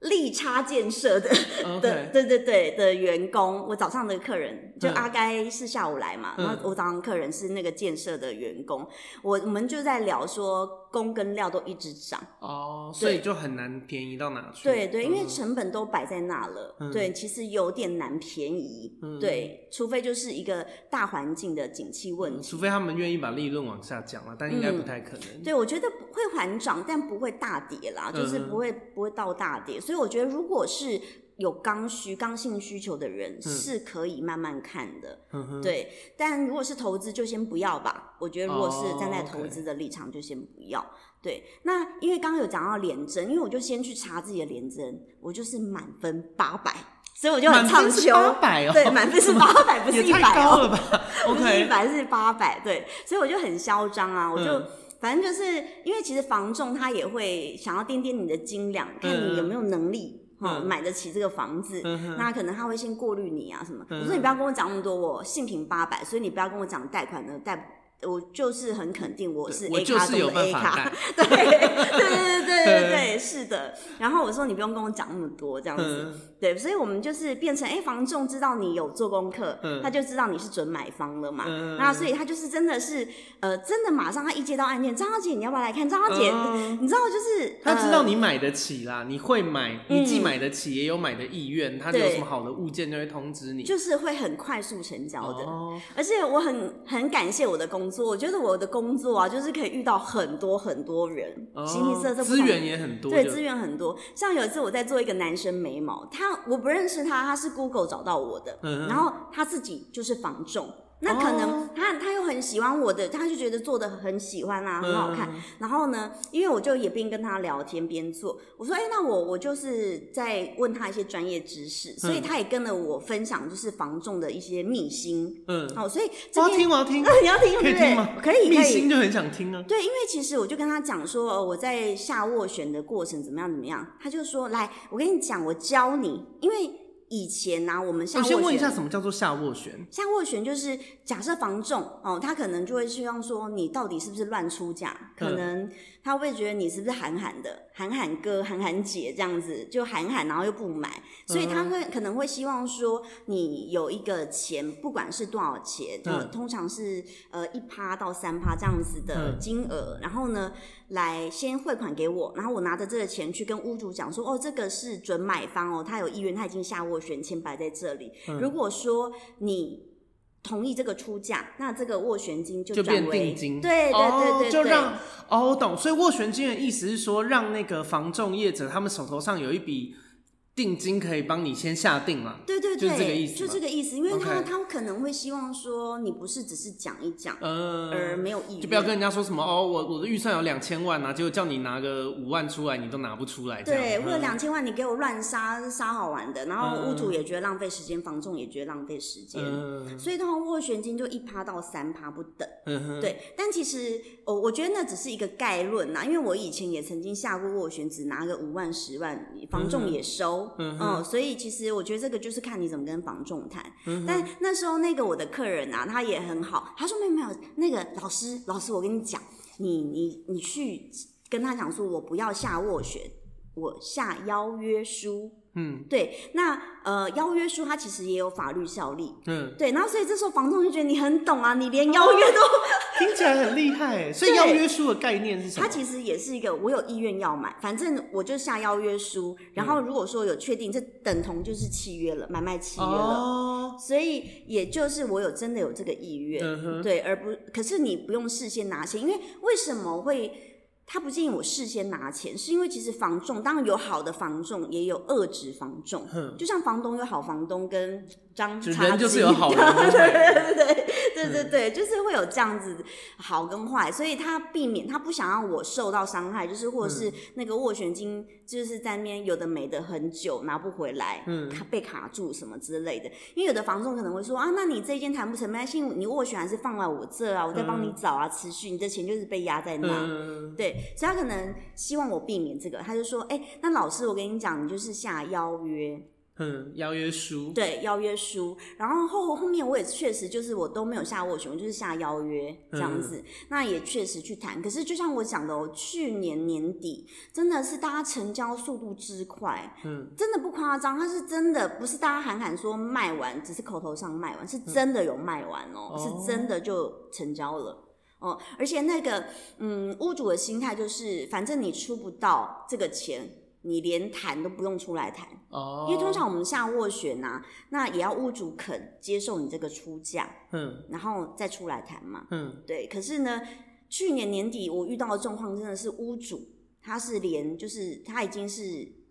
Speaker 2: 利差建设的、的
Speaker 1: OK，
Speaker 2: 对对对的员工，我早上的客人就
Speaker 1: 嗯
Speaker 2: 阿该是下午来嘛，
Speaker 1: 嗯
Speaker 2: 然后我早上客人是那个建设的员工，我我们就在聊说工跟料都一直涨。
Speaker 1: 哦，所以就很难便宜到哪去。
Speaker 2: 对对，因为
Speaker 1: 嗯
Speaker 2: 成本都摆在那了，
Speaker 1: 嗯
Speaker 2: 对，其实有点难便宜，
Speaker 1: 嗯
Speaker 2: 对，除非就是一个大环境的景气问题。
Speaker 1: 嗯除非他们愿意把利润往下降了，但应
Speaker 2: 嗯
Speaker 1: 该不太可能。
Speaker 2: 对，我觉得不会缓涨，但不会大跌啦，就是
Speaker 1: 嗯嗯
Speaker 2: 不会不会到大跌。所以我觉得，如果是有刚需、刚性需求的人，是可以慢慢看的。
Speaker 1: 嗯哼，
Speaker 2: 对，但如果是投资，就先不要吧。我觉得，如果是站在
Speaker 1: 哦
Speaker 2: 投
Speaker 1: ，OK
Speaker 2: 资的立场，就先不要。对，那因为刚刚有讲到连针，因为我就先去查自己的连针，我就是满分八百，所以我就很
Speaker 1: 满
Speaker 2: 畅
Speaker 1: 分是八
Speaker 2: 秋。
Speaker 1: 百哦，
Speaker 2: 对，满 分是八百，不是一
Speaker 1: 也太
Speaker 2: 百
Speaker 1: 高
Speaker 2: 哦。
Speaker 1: 了吧
Speaker 2: 不是一
Speaker 1: ？OK，
Speaker 2: 百是八百，对，所以我就很嚣张啊，我就、
Speaker 1: 嗯
Speaker 2: 反正就是因为其实房仲他也会想要掂掂你的斤两，看你有没有能力哈、
Speaker 1: 嗯
Speaker 2: 买得起这个房子。
Speaker 1: 嗯哼，
Speaker 2: 那可能他会先过滤你啊什么。
Speaker 1: 嗯
Speaker 2: 我说你不要跟我讲那么多，我性平八百，所以你不要跟我讲贷款的贷。我就是很肯定我是
Speaker 1: 对我
Speaker 2: A
Speaker 1: 就
Speaker 2: 卡
Speaker 1: 是
Speaker 2: 中
Speaker 1: 有
Speaker 2: 的
Speaker 1: 办
Speaker 2: A
Speaker 1: 法
Speaker 2: 卡
Speaker 1: 带，，
Speaker 2: 对对对对对对对，是的。然后我说你不用跟我讲那么多这样子，
Speaker 1: 嗯，
Speaker 2: 对，所以我们就是变成，哎、房仲知道你有做功课，
Speaker 1: 嗯
Speaker 2: 他就知道你是准买方了嘛。
Speaker 1: 嗯
Speaker 2: 那啊所以他就是真的是，呃，真的马上他一接到案件，张小姐你要不要来看？张小姐，
Speaker 1: 嗯
Speaker 2: 你知道就是
Speaker 1: 他知道
Speaker 2: 呃嗯
Speaker 1: 你买得起啦，你会买，你既买得起，也有买的意愿，他有
Speaker 2: 对
Speaker 1: 什么好的物件就会通知你。
Speaker 2: 就是会很快速成交的。
Speaker 1: 哦，
Speaker 2: 而且我很很感谢我的工作，我觉得我的工作啊，就是可以遇到很多很多人，
Speaker 1: 哦
Speaker 2: 形形色色不
Speaker 1: 资
Speaker 2: 同
Speaker 1: 源也很多，
Speaker 2: 对，
Speaker 1: 就
Speaker 2: 资源很多。像有一次我在做一个男生眉毛，他我不认识他，他是 Google 找到我的，
Speaker 1: 嗯哼
Speaker 2: 然后他自己就是仿重。那可能
Speaker 1: 哦
Speaker 2: 他、他又很喜欢我的，他就觉得做的很喜欢啊，很好看。
Speaker 1: 嗯
Speaker 2: 然后呢，因为我就也边跟他聊天边做，我说：“哎、那我我就是在问他一些专业知识，所以
Speaker 1: 嗯
Speaker 2: 他也跟了我分享就是防重的一些秘辛。
Speaker 1: 嗯，
Speaker 2: 哦，所以
Speaker 1: 我
Speaker 2: 这
Speaker 1: 要
Speaker 2: 边、
Speaker 1: 听，我要听，
Speaker 2: 你要
Speaker 1: 可
Speaker 2: 听对
Speaker 1: 以
Speaker 2: 不
Speaker 1: 听
Speaker 2: 对
Speaker 1: 吗？？
Speaker 2: 可以可
Speaker 1: 密
Speaker 2: 以，
Speaker 1: 心就很想听啊。
Speaker 2: 对，因为其实我就跟他讲说，呃我在下斡旋的过程怎么样怎么样，他就说，来，我跟你讲，我教你，因为以前呢、我们下
Speaker 1: 我
Speaker 2: 斡
Speaker 1: 哦
Speaker 2: 旋，
Speaker 1: 先问一下，什么叫做下斡旋？
Speaker 2: 下斡旋就是假设房仲哦，他可能就会希望说你到底是不是乱出价，可
Speaker 1: 嗯
Speaker 2: 能他会觉得你是不是喊喊的，喊喊哥、喊喊姐这样子，就喊喊，然后又不买，所以
Speaker 1: 嗯
Speaker 2: 他会、可能会希望说你有一个钱，不管是多少钱，呃
Speaker 1: 嗯
Speaker 2: 通常是呃一趴到三趴这样子的
Speaker 1: 嗯
Speaker 2: 金额，然后呢来先汇款给我，然后我拿着这个钱去跟屋主讲说，哦，这个是准买方哦，他有意愿，他已经下斡旋，钱摆在这里，
Speaker 1: 嗯
Speaker 2: 如果说你同意这个出价，那这个斡旋金就
Speaker 1: 就
Speaker 2: 转
Speaker 1: 变
Speaker 2: 为
Speaker 1: 定金
Speaker 2: 对对对
Speaker 1: 哦
Speaker 2: 对对，
Speaker 1: 就让哦，我懂。所以斡旋金的意思是说，让那个房仲业者他们手头上有一笔定金，可以帮你先下定嘛。
Speaker 2: 对对
Speaker 1: 就
Speaker 2: 对，
Speaker 1: 是这个意思
Speaker 2: 就
Speaker 1: 嘛
Speaker 2: 这个意思，因为他
Speaker 1: OK
Speaker 2: 他可能会希望说你不是只是讲一讲，而
Speaker 1: 呃，
Speaker 2: 没有意义，
Speaker 1: 就不要跟人家说什么哦，我我的预算有两千万啊，结果叫你拿个五万出来，你都拿不出来。这样
Speaker 2: 对，为了
Speaker 1: 嗯
Speaker 2: 两千万你给我乱杀杀好玩的，然后
Speaker 1: 嗯
Speaker 2: 屋主也觉得浪费时间，房仲也觉得浪费时间，
Speaker 1: 嗯
Speaker 2: 所以通常斡旋金就一趴到三趴不等。
Speaker 1: 嗯哼
Speaker 2: 对，但其实我我觉得那只是一个概论呐，因为我以前也曾经下过斡旋，只拿个五万、十万，房仲也收，
Speaker 1: 嗯
Speaker 2: 嗯
Speaker 1: 哼
Speaker 2: 所以其实我觉得这个就是看你怎么跟房仲谈。
Speaker 1: 嗯
Speaker 2: 但那时候那个我的客人啊，他也很好，他说没有没有，那个老师老师，我跟你讲，你你你去跟他讲说，我不要下斡旋，我下邀约书。
Speaker 1: 嗯
Speaker 2: 对，那呃，邀约书它其实也有法律效力。
Speaker 1: 嗯，
Speaker 2: 对，然后所以这时候房仲就觉得你很懂啊，你连邀约都
Speaker 1: 听起来很厉害。所以
Speaker 2: 对
Speaker 1: 邀约书的概念是什么
Speaker 2: 它？其实也是一个，我有意愿要买，反正我就下邀约书，然
Speaker 1: 嗯
Speaker 2: 后如果说有确定，这等同就是契约了，买卖契约了，
Speaker 1: 哦，
Speaker 2: 所以也就是我有真的有这个意愿，
Speaker 1: 嗯哼
Speaker 2: 对，而不可是你不用事先拿钱，因为为什么会？他不建议我事先拿钱，是因为其实房仲当然有好的房仲，也有恶质房仲，就像房东有好房东跟张
Speaker 1: 就
Speaker 2: 叉
Speaker 1: 人就是
Speaker 2: 鸡
Speaker 1: 有嗯好人跟
Speaker 2: 对
Speaker 1: 坏人
Speaker 2: 对对对对对，就是会有这样子好跟坏，所以他避免他不想让我受到伤害，就是或者
Speaker 1: 嗯
Speaker 2: 是那个斡旋金就是在那边有的没的很久拿不回来，
Speaker 1: 嗯
Speaker 2: 卡被卡住什么之类的，因为有的房仲可能会说啊，那你这一间谈不成，没关系，你斡旋还是放来我这啊，我再帮你
Speaker 1: 嗯
Speaker 2: 找啊，持续你的钱就是被压在那。
Speaker 1: 嗯，
Speaker 2: 对，所以他可能希望我避免这个，他就说：“哎、那老师，我跟你讲，你就是下邀约，
Speaker 1: 嗯，邀约书，
Speaker 2: 对，邀约书。然后后后面我也确实就是我都没有下斡旋，我就是下邀约这样子。那也确实去谈，可是就像我讲的哦，去年年底真的是大家成交速度之快，
Speaker 1: 嗯，
Speaker 2: 真的不夸张，它是真的不是大家喊喊说卖完，只是口头上卖完，是真的有卖完嗯哦，
Speaker 1: 嗯
Speaker 2: 是真的就成交了。哦，而且那个，嗯，屋主的心态就是，反正你出不到这个钱，你连谈都不用出来谈，
Speaker 1: 哦，
Speaker 2: 因为通常我们下斡旋呐、那也要屋主肯接受你这个出价，
Speaker 1: 嗯，
Speaker 2: 然后再出来谈嘛。
Speaker 1: 嗯
Speaker 2: 对，可是呢，去年年底我遇到的状况真的是屋主，他是连就是他已经是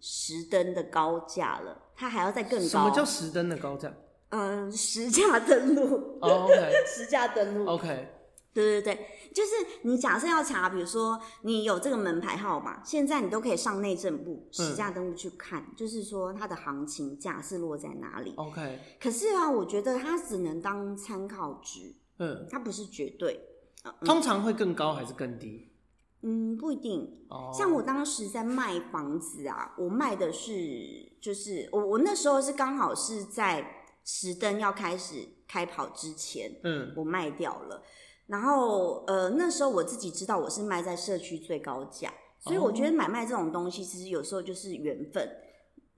Speaker 2: 十灯的高价了，他还要再更
Speaker 1: 嗯，
Speaker 2: 高。
Speaker 1: 什么叫十灯的高价
Speaker 2: 嗯实价登录？
Speaker 1: ？OK
Speaker 2: 实价登录。
Speaker 1: OK，
Speaker 2: 对对对，就是你假设要查，比如说你有这个门牌号码，现在你都可以上内政部
Speaker 1: 嗯
Speaker 2: 实价登录去看，就是说它的行情价是落在哪里。
Speaker 1: OK，
Speaker 2: 可是啊，我觉得它只能当参考值，
Speaker 1: 嗯，
Speaker 2: 它不是绝对。呃嗯
Speaker 1: 通常会更高还是更低？
Speaker 2: 嗯，不一定，
Speaker 1: 哦，
Speaker 2: 像我当时在卖房子啊，我卖的是就是我我那时候是刚好是在石灯要开始开跑之前，
Speaker 1: 嗯，
Speaker 2: 我卖掉了。然后呃那时候我自己知道我是卖在社区最高价，所以我觉得买卖这种东西其实有时候就是缘分。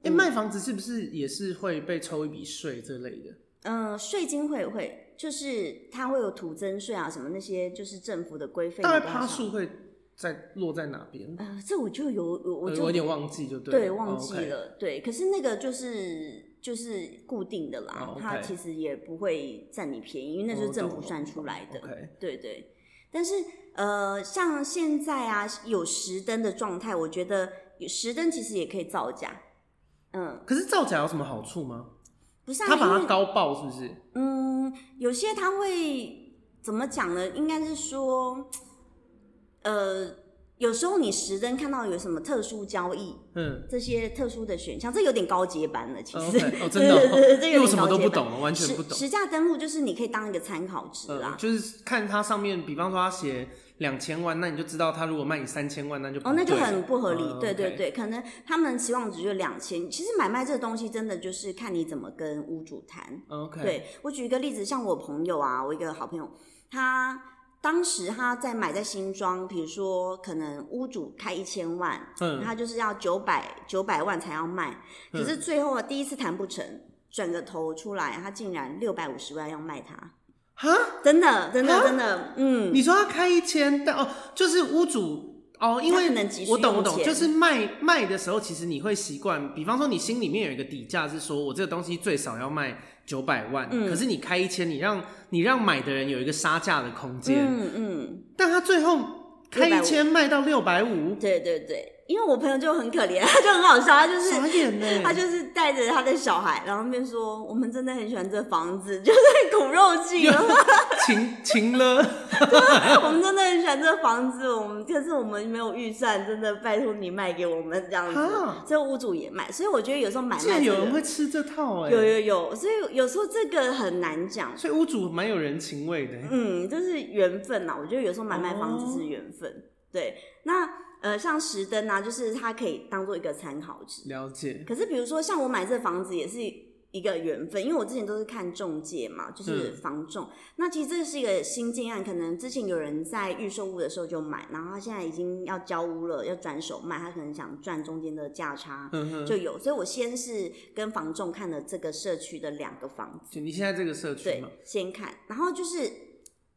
Speaker 1: 哎，卖房子是不是也是会被抽一笔税这类的？
Speaker 2: 嗯、税金会会就是它会有土增税啊什么那些就是政府的规费有多
Speaker 1: 大
Speaker 2: 少，
Speaker 1: 概趴数会在落在哪边？
Speaker 2: 呃这我就有我我
Speaker 1: 呃
Speaker 2: 就
Speaker 1: 我有点忘记，就对了，哦
Speaker 2: 对，忘记
Speaker 1: OK
Speaker 2: 了。对，可是那个就是就是固定的啦
Speaker 1: 哦，OK 哦
Speaker 2: 它其实也不会占你便宜，因为那就是政府算出来的。
Speaker 1: 哦懂了懂了 OK
Speaker 2: 对对，但是呃，像现在啊，有实灯的状态，我觉得有实灯其实也可以造假。嗯，
Speaker 1: 可是造假有什么好处吗？
Speaker 2: 不是啊，
Speaker 1: 他把
Speaker 2: 因
Speaker 1: 它
Speaker 2: 为
Speaker 1: 高报是不是？
Speaker 2: 嗯，有些他会怎么讲呢？应该是说，呃，有时候你实灯看到有什么特殊交易，
Speaker 1: 嗯
Speaker 2: 这些特殊的选项，这有点高阶班了，其实。
Speaker 1: ，OK，哦，真的哦，
Speaker 2: 对对对，这
Speaker 1: 因
Speaker 2: 有
Speaker 1: 为我
Speaker 2: 点
Speaker 1: 什么
Speaker 2: 高
Speaker 1: 都
Speaker 2: 阶
Speaker 1: 不
Speaker 2: 版。
Speaker 1: 懂，啊完全
Speaker 2: 实
Speaker 1: 不懂。
Speaker 2: 实价登录就是你可以当一个参考值啊
Speaker 1: 呃，
Speaker 2: 啦。
Speaker 1: 就是看它上面，比方说它写两千万，那你就知道它如果卖你三千万，那就
Speaker 2: 哦，那就
Speaker 1: 不对
Speaker 2: 很不合理，
Speaker 1: 嗯
Speaker 2: 对
Speaker 1: OK
Speaker 2: 对对可能他们期望值就两千。其实买卖这个东西真的就是看你怎么跟屋主谈。
Speaker 1: 呃 OK，
Speaker 2: 对我举一个例子，像我朋友啊，我一个好朋友，他当时他在买在新庄，比如说可能屋主开一千万，
Speaker 1: 嗯，
Speaker 2: 他就是要九百九百万才要卖，可是最后啊第一次谈不成，转个头出来，他竟然六百五十万要卖他，
Speaker 1: 哈，
Speaker 2: 真的真的
Speaker 1: 哈
Speaker 2: 真的，嗯，
Speaker 1: 你说他开一千，但哦，就是屋主哦，因
Speaker 2: 他
Speaker 1: 为
Speaker 2: 可能急需
Speaker 1: 我懂我
Speaker 2: 用
Speaker 1: 懂，
Speaker 2: 钱
Speaker 1: 就是卖卖的时候，其实你会习惯，比方说你心里面有一个底价，是说我这个东西最少要卖九百万，
Speaker 2: 嗯
Speaker 1: 可是你开一千，你让你让买的人有一个杀价的空间，
Speaker 2: 嗯嗯，
Speaker 1: 但他最后开一千卖到六百五，
Speaker 2: 对对对，因为我朋友就很可怜， 他就很好笑，他就是
Speaker 1: 傻眼呢、欸
Speaker 2: 他就是带着他的小孩，然后那边说我们真的很喜欢这房子， 就是苦肉 计了。
Speaker 1: 情情了，
Speaker 2: 我们真的很喜欢这房子，我们可是我们没有预算，真的拜托你卖给我们这样
Speaker 1: 啊
Speaker 2: 子。这屋主也卖，所以我觉得有时候买卖、
Speaker 1: 竟
Speaker 2: 这
Speaker 1: 然
Speaker 2: 个、
Speaker 1: 有人会吃这套哎、
Speaker 2: 有有有，所以有时候这个很难讲。
Speaker 1: 所以屋主蛮有人情味的、
Speaker 2: 嗯，就是缘分呐、我觉得有时候买卖房子是缘分。对，那呃，像石灯啊，就是它可以当做一个参考值。
Speaker 1: 了解，
Speaker 2: 可是比如说像我买这房子也是一个缘分，因为我之前都是看中介嘛，就是
Speaker 1: 嗯
Speaker 2: 房仲。那其实这是一个新建案，可能之前有人在预售屋的时候就买，然后他现在已经要交屋了，要转手卖，他可能想赚中间的价差。
Speaker 1: 嗯哼，
Speaker 2: 就有，所以我先是跟房仲看了这个社区的两个房子，
Speaker 1: 就你现在这个社区
Speaker 2: 对
Speaker 1: 嘛，，
Speaker 2: 先看，然后就是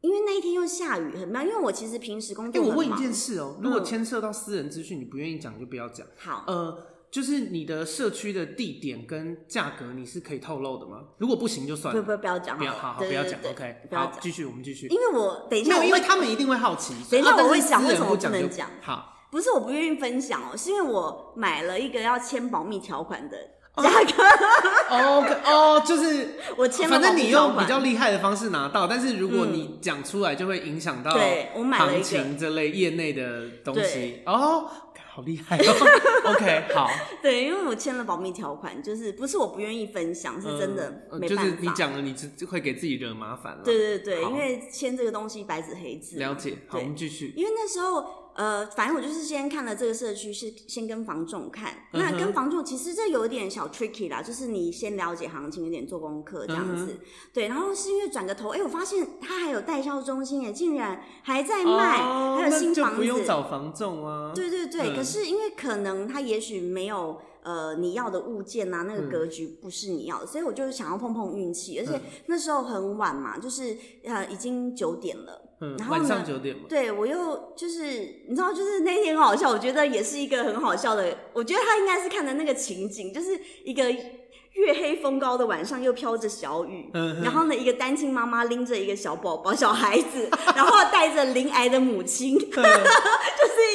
Speaker 2: 因为那一天又下雨，很妙，因为我其实平时工
Speaker 1: 哎、
Speaker 2: 作很
Speaker 1: 我
Speaker 2: 忙。
Speaker 1: 问一件事哦、如果
Speaker 2: 嗯
Speaker 1: 牵涉到私人资讯，你不愿意讲就不要讲。
Speaker 2: 好，
Speaker 1: 呃，就是你的社区的地点跟价格，你是可以透露的吗？如果不行就算
Speaker 2: 不
Speaker 1: 了，
Speaker 2: 不不要讲
Speaker 1: 呃不
Speaker 2: 了，
Speaker 1: 要，好好
Speaker 2: 对
Speaker 1: 不
Speaker 2: 对
Speaker 1: 要
Speaker 2: 对
Speaker 1: 讲
Speaker 2: 对
Speaker 1: ，OK，
Speaker 2: 不要
Speaker 1: 好，
Speaker 2: 讲，
Speaker 1: 继续，我们继续。
Speaker 2: 因为我等一
Speaker 1: 没
Speaker 2: 下
Speaker 1: 有，
Speaker 2: 我
Speaker 1: 因为
Speaker 2: 会
Speaker 1: 他们一定会好奇。
Speaker 2: 等一下
Speaker 1: 啊但
Speaker 2: 我
Speaker 1: 是
Speaker 2: 会讲
Speaker 1: 私
Speaker 2: 为
Speaker 1: 人
Speaker 2: 什么
Speaker 1: 不
Speaker 2: 不能
Speaker 1: 就
Speaker 2: 讲
Speaker 1: 好，
Speaker 2: 不是我不愿意分享哦，是因为我买了一个要签保密条款的
Speaker 1: 哦
Speaker 2: 价格，
Speaker 1: 哦可哦，就是
Speaker 2: 我签了
Speaker 1: 反
Speaker 2: 保
Speaker 1: 正
Speaker 2: 密
Speaker 1: 你
Speaker 2: 条
Speaker 1: 用
Speaker 2: 款。嗯
Speaker 1: 比较厉害的方式拿到，但是如果你讲出来，就会影响到
Speaker 2: 对我买了一
Speaker 1: 呃行
Speaker 2: 个
Speaker 1: 情这类业内的东西
Speaker 2: 对。
Speaker 1: 哦，好厉害 哦！OK，好，
Speaker 2: 对，因为我签了保密条款，就是不是我不愿意分享，是真的
Speaker 1: 呃
Speaker 2: 没
Speaker 1: 就
Speaker 2: 办法。
Speaker 1: 是你讲了，你只会给自己惹麻烦了。
Speaker 2: 对对对，
Speaker 1: 好
Speaker 2: 因为签这个东西白纸黑字嘛。
Speaker 1: 了解。好，我
Speaker 2: 对
Speaker 1: 们继续。
Speaker 2: 因为那时候，呃，反正我就是先看了这个社区，是先跟房仲看。那
Speaker 1: 嗯哼
Speaker 2: 跟房仲其实这有点小 tricky 啦，就是你先了解行情，有点做功课这样
Speaker 1: 嗯
Speaker 2: 子。对，然后是因为转个头，哎、我发现他还有代销中心耶，竟然还在卖，
Speaker 1: 哦
Speaker 2: 还有新
Speaker 1: 那就
Speaker 2: 房
Speaker 1: 不用
Speaker 2: 子。
Speaker 1: 找房仲啊。
Speaker 2: 对对对，
Speaker 1: 嗯
Speaker 2: 可是因为可能他也许没有呃你要的物件啊，那个格局不是你要的，所以我就是想要碰碰运气，而且
Speaker 1: 嗯
Speaker 2: 那时候很晚嘛，就是呃已经九点了。
Speaker 1: 嗯，
Speaker 2: 然后
Speaker 1: 晚
Speaker 2: 呢
Speaker 1: 上九点嘛。
Speaker 2: 对，我又就是你知道，就是那一天很好笑，我觉得也是一个很好笑的。我觉得他应该是看的那个情景，就是一个月黑风高的晚上，又飘着小雨，
Speaker 1: 嗯哼
Speaker 2: 然后呢，一个单亲妈妈拎着一个小宝宝、小孩子，然后带着临癌的母亲， 就是
Speaker 1: 嗯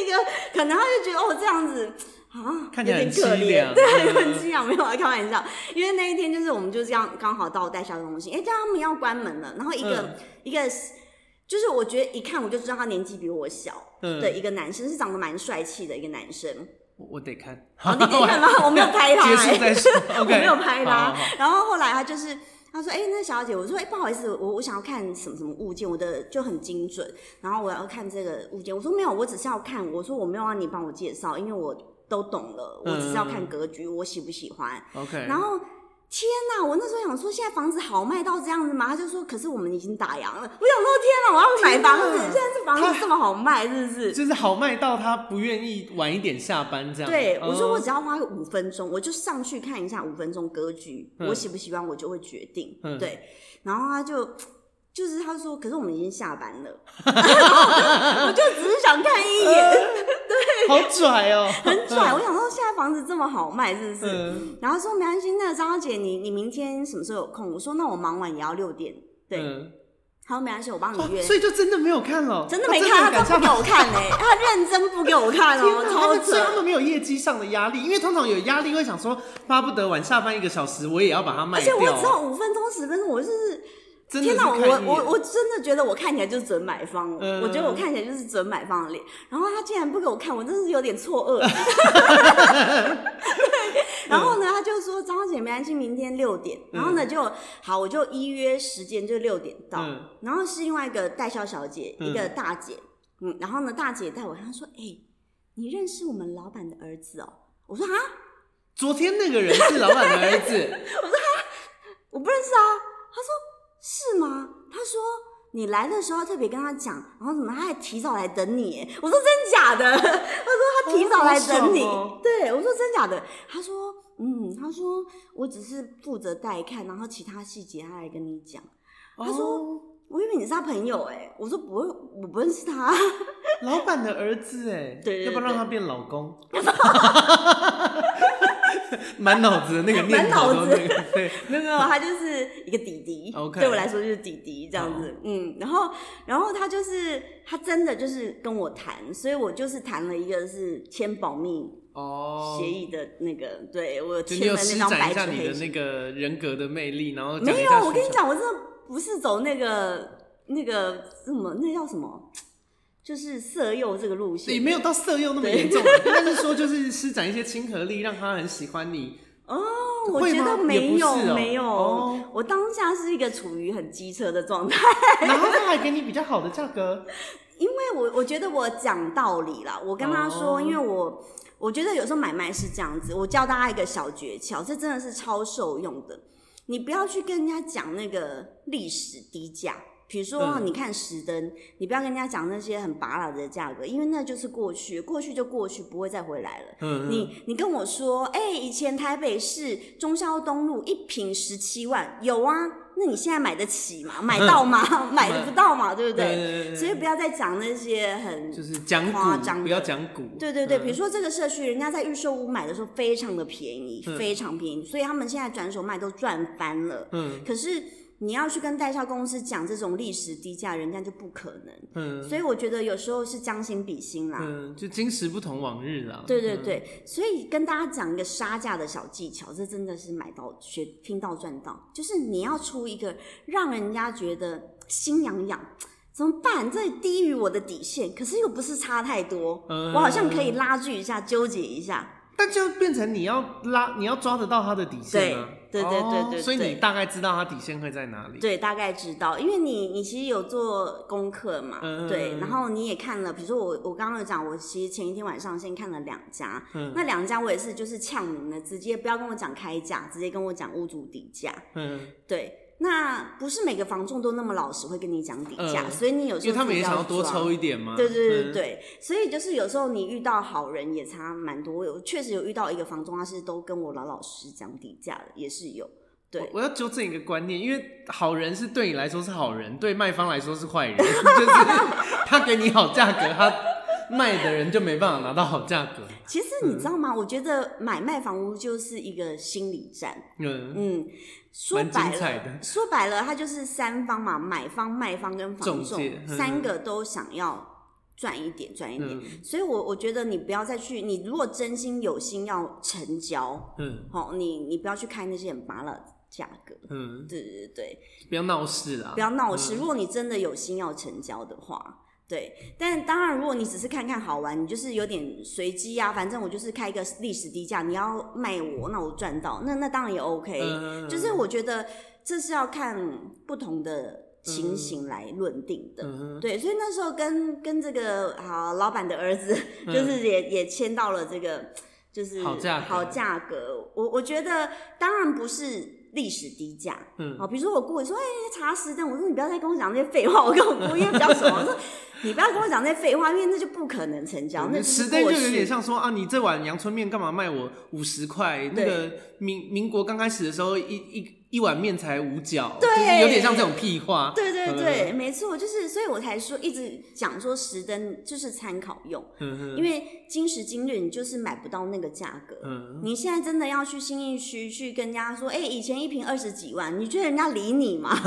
Speaker 2: 一个可能他就觉得哦这样子。啊，
Speaker 1: 看起来
Speaker 2: 有
Speaker 1: 很
Speaker 2: 点可
Speaker 1: 凄
Speaker 2: 怜，
Speaker 1: 凉
Speaker 2: 对，
Speaker 1: 嗯
Speaker 2: 很凄凉，没有啊开玩笑。因为那一天就是我们就这样刚好到代销中心，哎、但他们要关门了，然后一个、
Speaker 1: 嗯
Speaker 2: 一个就是我觉得一看我就知道他年纪比我小
Speaker 1: 嗯
Speaker 2: 的一个男生，是长得蛮帅气的一个男 生。
Speaker 1: 我我得看。
Speaker 2: 好，你可以看吗？我没有拍他、
Speaker 1: 结束
Speaker 2: 欸，
Speaker 1: 再说。
Speaker 2: 我
Speaker 1: OK，
Speaker 2: 没有拍
Speaker 1: 好
Speaker 2: 他
Speaker 1: 好好。
Speaker 2: 然后后来他就是。他说：“哎、那小姐，我说，哎、不好意思，我我想要看什么什么物件，我的就很精准。然后我要看这个物件，我说没有，我只是要看。我说我没有让你帮我介绍，因为我都懂了，我只是要
Speaker 1: 嗯
Speaker 2: 看格局，我喜不喜欢。
Speaker 1: OK，
Speaker 2: 然后天哪，我那时候想说，现在房子好卖到这样子吗？他就说，可是我们已经打烊了。我想说，天哪，我要买房
Speaker 1: 天，
Speaker 2: 子
Speaker 1: 哪
Speaker 2: 现在这房子这么好卖，是不是？
Speaker 1: 就是好卖到他不愿意晚一点下班这样。
Speaker 2: 对，我说我
Speaker 1: 哦
Speaker 2: 只要花个五分钟，我就上去看一下五分钟格局，
Speaker 1: 嗯
Speaker 2: 我喜不喜欢我就会决定。
Speaker 1: 嗯
Speaker 2: 对，然后他就就是他说，可是我们已经下班 了，然后我就只是想看一眼，
Speaker 1: 好拽哦，
Speaker 2: 很拽。我想说现在房子这么好卖，是不是？
Speaker 1: 嗯，
Speaker 2: 然后说没关系，那个张小姐你你明天什么时候有空？我说那我忙完也要六点。对，
Speaker 1: 嗯
Speaker 2: 他说没关系，我帮你约。
Speaker 1: 哦所以就真的没有看了，
Speaker 2: 真的没看，他
Speaker 1: 敢
Speaker 2: 都
Speaker 1: 下
Speaker 2: 不给我看哎、他认真不给我看哦、
Speaker 1: 天哪他
Speaker 2: 超
Speaker 1: 们所以他
Speaker 2: 扯。
Speaker 1: 们没有业绩上的压力，因为通常有压力会想说，巴不得晚下班一个小时，我也要把它卖
Speaker 2: 而且
Speaker 1: 掉。
Speaker 2: 我只有五分钟、十分钟，我就是
Speaker 1: 真的是
Speaker 2: 天哪，
Speaker 1: 看
Speaker 2: 我
Speaker 1: 一眼
Speaker 2: 我我真的觉得我看起来就是准买方，
Speaker 1: 嗯
Speaker 2: 我觉得我看起来就是准买方的脸。然后他竟然不给我看，我真是有点错愕。 对，然后呢，他就说张小姐没关系，明天六点。然后呢，就好，我就依约时间就六点到。
Speaker 1: 嗯
Speaker 2: 然后是另外一个代销小姐，
Speaker 1: 嗯
Speaker 2: 一个大姐，嗯，然后呢，大姐带我，她说：“哎、你认识我们老板的儿子哦？”我说：“啊，
Speaker 1: 昨天那个人是老板的儿子，
Speaker 2: 我不认识啊。”她说：“是吗？”她说：“你来的时候特别跟他讲，然后怎么他还提早来等你耶？”我说：“真假的？” 我说：“他提早来等你。
Speaker 1: 哦好爽哦
Speaker 2: 对，我说：“真假的？”她说：“嗯，她说我只是负责带看，然后其他细节她来跟你讲。”
Speaker 1: 他
Speaker 2: 她说我以为你是他朋友哎、我说不会，我不认识他。
Speaker 1: 老板的儿子哎，
Speaker 2: 对对
Speaker 1: 要不要
Speaker 2: 对
Speaker 1: 让他变老公？满脑子的那个念头都那
Speaker 2: 满
Speaker 1: 个，对，
Speaker 2: 没有没有，他就是一个弟弟
Speaker 1: OK
Speaker 2: 对我来说就是弟弟这样子，嗯，然后然后他就是他真的就是跟我谈，所以我就是谈了一个是签保密
Speaker 1: 哦，
Speaker 2: 协议的那个，对我有
Speaker 1: 就你
Speaker 2: 签
Speaker 1: 有
Speaker 2: 了那
Speaker 1: 施
Speaker 2: 张
Speaker 1: 展
Speaker 2: 白
Speaker 1: 一下
Speaker 2: 纸
Speaker 1: 你
Speaker 2: 黑
Speaker 1: 的
Speaker 2: 字，
Speaker 1: 那个人格的魅力，然后哦讲
Speaker 2: 没
Speaker 1: 一
Speaker 2: 有
Speaker 1: 下，
Speaker 2: 我跟你
Speaker 1: 需求，
Speaker 2: 讲，我真的不是走那个那个什么，那叫什么，就是色诱这个路线，
Speaker 1: 也没有到色诱那么严重 啊，应该是说就是施展一些亲和力，让他很喜欢你。
Speaker 2: 哦，我
Speaker 1: 会
Speaker 2: 觉
Speaker 1: 吗
Speaker 2: 得
Speaker 1: 也
Speaker 2: 没
Speaker 1: 不
Speaker 2: 有、
Speaker 1: 是哦
Speaker 2: 没有、
Speaker 1: 哦
Speaker 2: 我当下是一个处于很机车的状态。
Speaker 1: 然后他还给你比较好的价格，
Speaker 2: 因为我我觉得我讲道理啦，我跟他说，
Speaker 1: 哦
Speaker 2: 因为我我觉得有时候买卖是这样子，我教大家一个小诀窍，这真的是超受用的。你不要去跟人家讲那个历史低价，比如说
Speaker 1: 嗯
Speaker 2: 你看石灯，你不要跟人家讲那些很拔拉的价格，因为那就是过去，过去就过去，不会再回来了。
Speaker 1: 嗯，
Speaker 2: 你你跟我说，哎、以前台北市中消东路一平十七万，有啊，那你现在买得起吗？买到 吗？买得不到嘛，对不
Speaker 1: 嗯对对对，
Speaker 2: 所以不要再讲那些很
Speaker 1: 就是讲
Speaker 2: 夸张
Speaker 1: 古，
Speaker 2: 的
Speaker 1: 不要讲古，
Speaker 2: 对对对，
Speaker 1: 嗯
Speaker 2: 比如说这个社区，人家在预售屋买的时候非常的便宜，
Speaker 1: 嗯
Speaker 2: 非常便宜，所以他们现在转手卖都赚翻了。
Speaker 1: 嗯
Speaker 2: 可是你要去跟代销公司讲这种历史低价，人家就不可能。
Speaker 1: 嗯
Speaker 2: 所以我觉得有时候是将心比心啦。
Speaker 1: 嗯，就今时不同往日啦。
Speaker 2: 对对
Speaker 1: 嗯，
Speaker 2: 对，所以跟大家讲一个杀价的小技巧，这真的是买到学听到赚到，就是你要出一个让人家觉得心痒痒，怎么办？这低于我的底线，可是又不是差太多，
Speaker 1: 嗯
Speaker 2: 我好像可以拉锯一下，纠结一下。
Speaker 1: 但就变成你要拉，你要抓得到他的底线啊。
Speaker 2: 对对对对
Speaker 1: 哦
Speaker 2: 对
Speaker 1: 所以
Speaker 2: 对
Speaker 1: 你大概知道他底线会在哪里。
Speaker 2: 对，大概知道，因为你你其实有做功课嘛，
Speaker 1: 嗯
Speaker 2: 对，然后你也看了，比如说我我刚刚有讲，我其实前一天晚上先看了两家，
Speaker 1: 嗯
Speaker 2: 那两家我也是就是呛名的，直接不要跟我讲开价，直接跟我讲屋主底价，
Speaker 1: 嗯，
Speaker 2: 对，那不是每个房仲都那么老实，会跟你讲底价，
Speaker 1: 嗯
Speaker 2: 所以你有时候
Speaker 1: 因为他们也想
Speaker 2: 要
Speaker 1: 要多
Speaker 2: 抓
Speaker 1: 抽一点嘛。
Speaker 2: 对对对
Speaker 1: 嗯。
Speaker 2: 对，所以就是有时候你遇到好人也差蛮多。我有确实有遇到一个房东，他是都跟我老老实实讲底价的，也是有。对
Speaker 1: 我我要纠正一个观念，因为好人是对你来说是好人，对卖方来说是坏人， 就是他给你好价格，他卖的人就没办法拿到好价格。
Speaker 2: 其实你知
Speaker 1: 嗯
Speaker 2: 道吗？我觉得买卖房屋就是一个心理战。
Speaker 1: 嗯，
Speaker 2: 嗯，说
Speaker 1: 蛮精
Speaker 2: 白
Speaker 1: 彩
Speaker 2: 了，
Speaker 1: 的。
Speaker 2: 说白了，它就是三方嘛，买方、卖方跟房
Speaker 1: 中介
Speaker 2: 仲
Speaker 1: 嗯
Speaker 2: 三个都想要赚一点，赚一点。
Speaker 1: 嗯
Speaker 2: 所以我我觉得你不要再去，你如果真心有心要成交，
Speaker 1: 嗯
Speaker 2: 好、你你不要去开那些很拔辣的价格。
Speaker 1: 嗯，
Speaker 2: 对对对。
Speaker 1: 不要闹事啦
Speaker 2: 不。要闹事。如果你真的有心要成交的话，对。但当然，如果你只是看看好玩，你就是有点随机啊。反正我就是开一个历史低价，你要卖我，那我赚到，那那当然也 OK。
Speaker 1: 嗯
Speaker 2: 哎就是我觉得这是要看不同的情形来论定的。
Speaker 1: 嗯
Speaker 2: 对，所以那时候跟跟这个好老板的儿子，
Speaker 1: 嗯
Speaker 2: 就是也、也签到了这个就是
Speaker 1: 好价格
Speaker 2: 好价格。我我觉得当然不是历史低价，
Speaker 1: 嗯
Speaker 2: 哦，比如说我姑，我说哎、查实证，我说你不要再跟我讲这些废话，我跟我姑因为比较熟，我说你不要跟我讲这些废话，因为那就不可能成交，那
Speaker 1: 嗯，
Speaker 2: 是
Speaker 1: 时代就
Speaker 2: 过
Speaker 1: 有点
Speaker 2: 去。
Speaker 1: 像说啊，你这碗阳春面干嘛卖我五十块？那
Speaker 2: 对
Speaker 1: 个民民国刚开始的时候，一一一碗面才五角，
Speaker 2: 对
Speaker 1: 就是有点像这种屁话。
Speaker 2: 对对
Speaker 1: 嗯
Speaker 2: 对，没错，就是所以我才说一直讲说实灯就是参考用，
Speaker 1: 嗯
Speaker 2: 因为今时今日你就是买不到那个价格。
Speaker 1: 嗯，
Speaker 2: 你现在真的要去新义区去跟人家说，哎、以前一瓶二十几万，你觉得人家理你吗？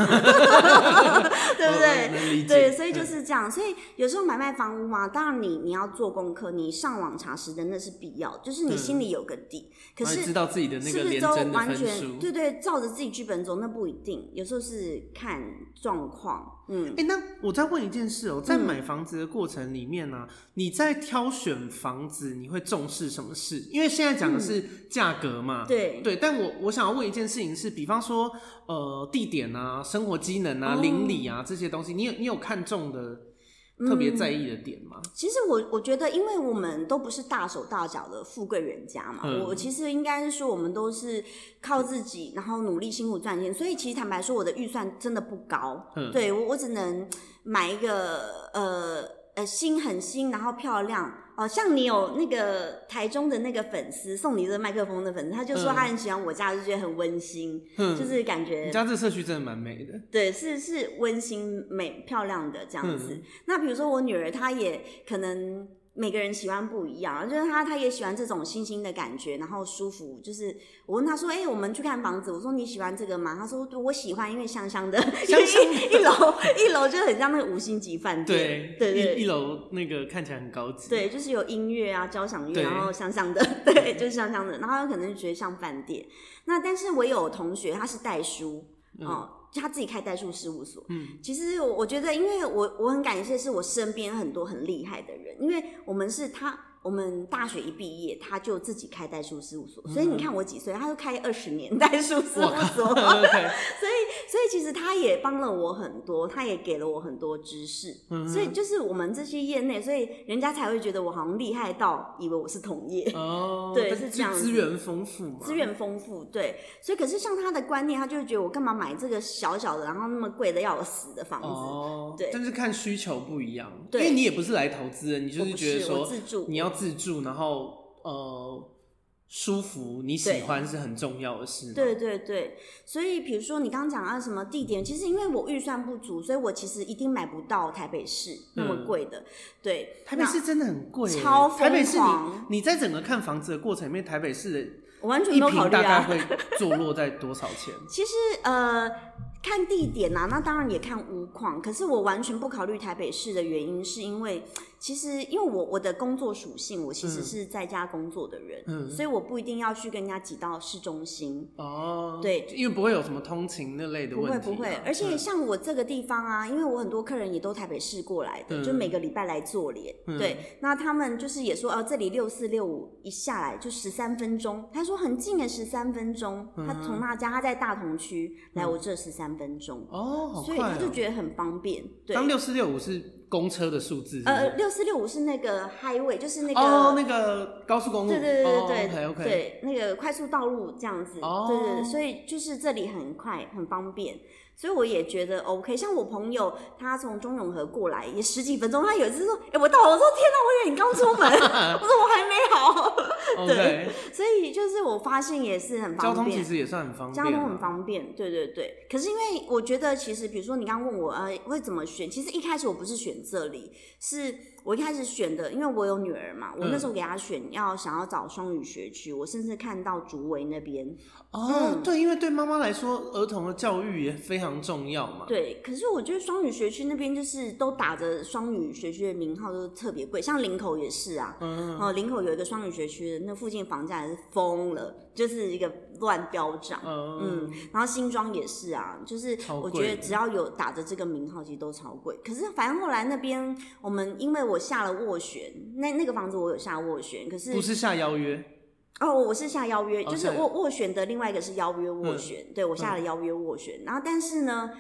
Speaker 2: 对不对？
Speaker 1: 嗯？能理解
Speaker 2: 对，所以就是这样。所以有时候买卖房屋啊，当然你你要做功课，你上网查实的那是必要，就是你心里有个底。可
Speaker 1: 然后哦知
Speaker 2: 是
Speaker 1: 道自己的那
Speaker 2: 是
Speaker 1: 个
Speaker 2: 不是
Speaker 1: 连
Speaker 2: 都
Speaker 1: 针的
Speaker 2: 完
Speaker 1: 分
Speaker 2: 全
Speaker 1: 数。
Speaker 2: 对对，照着自己剧本走，那不一定，有时候是看状况。嗯
Speaker 1: 哎、那我再问一件事哦、在
Speaker 2: 嗯
Speaker 1: 买房子的过程里面呢、啊你在挑选房子，你会重视什么事？因为现在讲的是价格嘛，
Speaker 2: 嗯对
Speaker 1: 对。但我我想要问一件事情是，比方说，呃，地点啊、生活机能啊、
Speaker 2: 哦
Speaker 1: 邻里啊这些东西，你有你有看中的
Speaker 2: 嗯
Speaker 1: 特别在意的点吗？
Speaker 2: 其实我我觉得，因为我们都不是大手大脚的富贵人家嘛，
Speaker 1: 嗯
Speaker 2: 我其实应该是说我们都是靠自己，然后努力辛苦赚钱，所以其实坦白说，我的预算真的不高，
Speaker 1: 嗯
Speaker 2: 对我我只能买一个呃呃新很新，然后漂亮。哦，像你有那个台中的那个粉丝送你这个麦克风的粉丝，他就说
Speaker 1: 嗯
Speaker 2: 他很喜欢我家，就觉得很温馨，
Speaker 1: 嗯
Speaker 2: 就是感觉
Speaker 1: 你家这社区真的蛮美的，
Speaker 2: 对，是是温馨美漂亮的这样子。那比如说我女儿，她也可能每个人喜欢不一样，就是她她也喜欢这种新兴的感觉，然后舒服。就是我问她说：“哎、我们去看房子，我说你喜欢这个吗？”她说：“对我喜欢，因为香香的，因为
Speaker 1: 香
Speaker 2: 一一楼一楼就很像那个五星级饭店
Speaker 1: 对，，
Speaker 2: 对对
Speaker 1: 一一楼那个看起来很高级，
Speaker 2: 对，就是有音乐啊，交响乐，
Speaker 1: 对
Speaker 2: 然后香香的，对，就是香香的，然后有可能就觉得像饭店。那但是我有同学他是代书，
Speaker 1: 嗯
Speaker 2: 哦，就他自己开代书事务所。
Speaker 1: 嗯，
Speaker 2: 其实我我觉得，因为我我很感谢是我身边很多很厉害的人，因为我们是他，我们大学一毕业他就自己开代书事务所，所以你看我几岁，他就开二十年代书事
Speaker 1: 嗯哇
Speaker 2: 务所。
Speaker 1: ，OK，
Speaker 2: 所以其实他也帮了我很多，他也给了我很多知识，
Speaker 1: 嗯
Speaker 2: 所以就是我们这些业内，所以人家才会觉得我好像厉害到以为我是同业，
Speaker 1: 哦，
Speaker 2: 对
Speaker 1: 但
Speaker 2: 是
Speaker 1: 就
Speaker 2: 这样子
Speaker 1: 资源丰富嘛，
Speaker 2: 资源丰富，对。所以可是像他的观念，他就会觉得我干嘛买这个小小的，然后那么贵的要死的房子？
Speaker 1: 哦，
Speaker 2: 对
Speaker 1: 但是看需求不一样，因
Speaker 2: 对
Speaker 1: 为你也不是来投资的，你就
Speaker 2: 我不
Speaker 1: 觉得
Speaker 2: 是我
Speaker 1: 说
Speaker 2: 自住，
Speaker 1: 你要自住，然后呃舒服，你喜欢是很重要的事嘛。
Speaker 2: 对对对，所以比如说你刚刚讲到什么地点，其实因为我预算不足，所以我其实一定买不到台北市那么
Speaker 1: 嗯
Speaker 2: 贵的。对，
Speaker 1: 台北
Speaker 2: 那
Speaker 1: 市真的很贵耶，
Speaker 2: 超疯
Speaker 1: 台北市
Speaker 2: 狂
Speaker 1: 你你在整个看房子的过程里面，台北市
Speaker 2: 我完
Speaker 1: 的
Speaker 2: 全
Speaker 1: 一
Speaker 2: 没有考
Speaker 1: 平
Speaker 2: 虑
Speaker 1: 大概
Speaker 2: 啊。
Speaker 1: 会坐落在多少钱？
Speaker 2: 其实呃，看地点呐、啊，那当然也看屋况。可是我完全不考虑台北市的原因，是因为其实因为我我的工作属性，我其实
Speaker 1: 嗯
Speaker 2: 是在家工作的人，
Speaker 1: 嗯
Speaker 2: 所以我不一定要去跟人家挤到市中心。
Speaker 1: 哦，
Speaker 2: 对，
Speaker 1: 因为不会有什么通勤那类的
Speaker 2: 不
Speaker 1: 问
Speaker 2: 会
Speaker 1: 题、啊嗯
Speaker 2: 不会，而且像我这个地方啊，因为我很多客人也都台北市过来的，
Speaker 1: 嗯
Speaker 2: 就每个礼拜来做脸。
Speaker 1: 嗯
Speaker 2: 对，那他们就是也说，哦、这里六四六五一下来就十三分钟，他说很近的十三分钟，他从
Speaker 1: 嗯
Speaker 2: 那家他在大同区来我这十三分钟，
Speaker 1: 哦，好
Speaker 2: 所以
Speaker 1: 快、
Speaker 2: 他就
Speaker 1: 哦。
Speaker 2: 觉得很方便。对，
Speaker 1: 刚六四六五是公车的数字是不是
Speaker 2: 呃，六四六五是那个 highway，就是那个。
Speaker 1: 哦，那个哦高速公路，
Speaker 2: 对对对对对、
Speaker 1: o k OK，
Speaker 2: 对，那个快速道路这样子，
Speaker 1: 哦
Speaker 2: 对对对，所以就是这里很快很方便，所以我也觉得 OK。像我朋友他从中永和过来也十几分钟，他有一次说：“哎、我到了。”我说：“天哪，我以为你刚出门。” 我说：“我还没好。”
Speaker 1: OK，
Speaker 2: 所以就是我发现也是很
Speaker 1: 交
Speaker 2: 方
Speaker 1: 通其
Speaker 2: 便。
Speaker 1: 实也算很方便、
Speaker 2: 交
Speaker 1: 啊，
Speaker 2: 通很方便，对对对。可是因为我觉得，其实比如说你刚刚问我，呃，会怎么选？其实一开始我不是选这里，是我一开始选的，因为我有女儿嘛，我那
Speaker 1: 嗯
Speaker 2: 时候给她选要想要找双语学区，我甚至看到竹围那边，
Speaker 1: 哦，
Speaker 2: 嗯
Speaker 1: 对，因为对妈妈来说，儿童的教育也非常重要嘛。
Speaker 2: 对。可是我觉得双语学区那边就是都打着双语学区的名号，都特别贵，像林口也是啊。
Speaker 1: 嗯，
Speaker 2: 哦，林口有一个双语学区，那附近房价也是疯了，就是一个乱飙涨。
Speaker 1: 嗯
Speaker 2: 嗯，然后新庄也是啊，就是
Speaker 1: 超
Speaker 2: 我
Speaker 1: 贵
Speaker 2: 觉得只要有打着这个名号，其实都超贵。可是反正后来那边我们因为我下了斡旋，那那个房子我有下斡旋，可是
Speaker 1: 不是下邀约，
Speaker 2: 哦，我是下邀约，
Speaker 1: 哦
Speaker 2: 就是
Speaker 1: 下嗯
Speaker 2: 斡斡旋的另外一个是邀约斡旋，对我下了邀约斡旋，然后但是呢。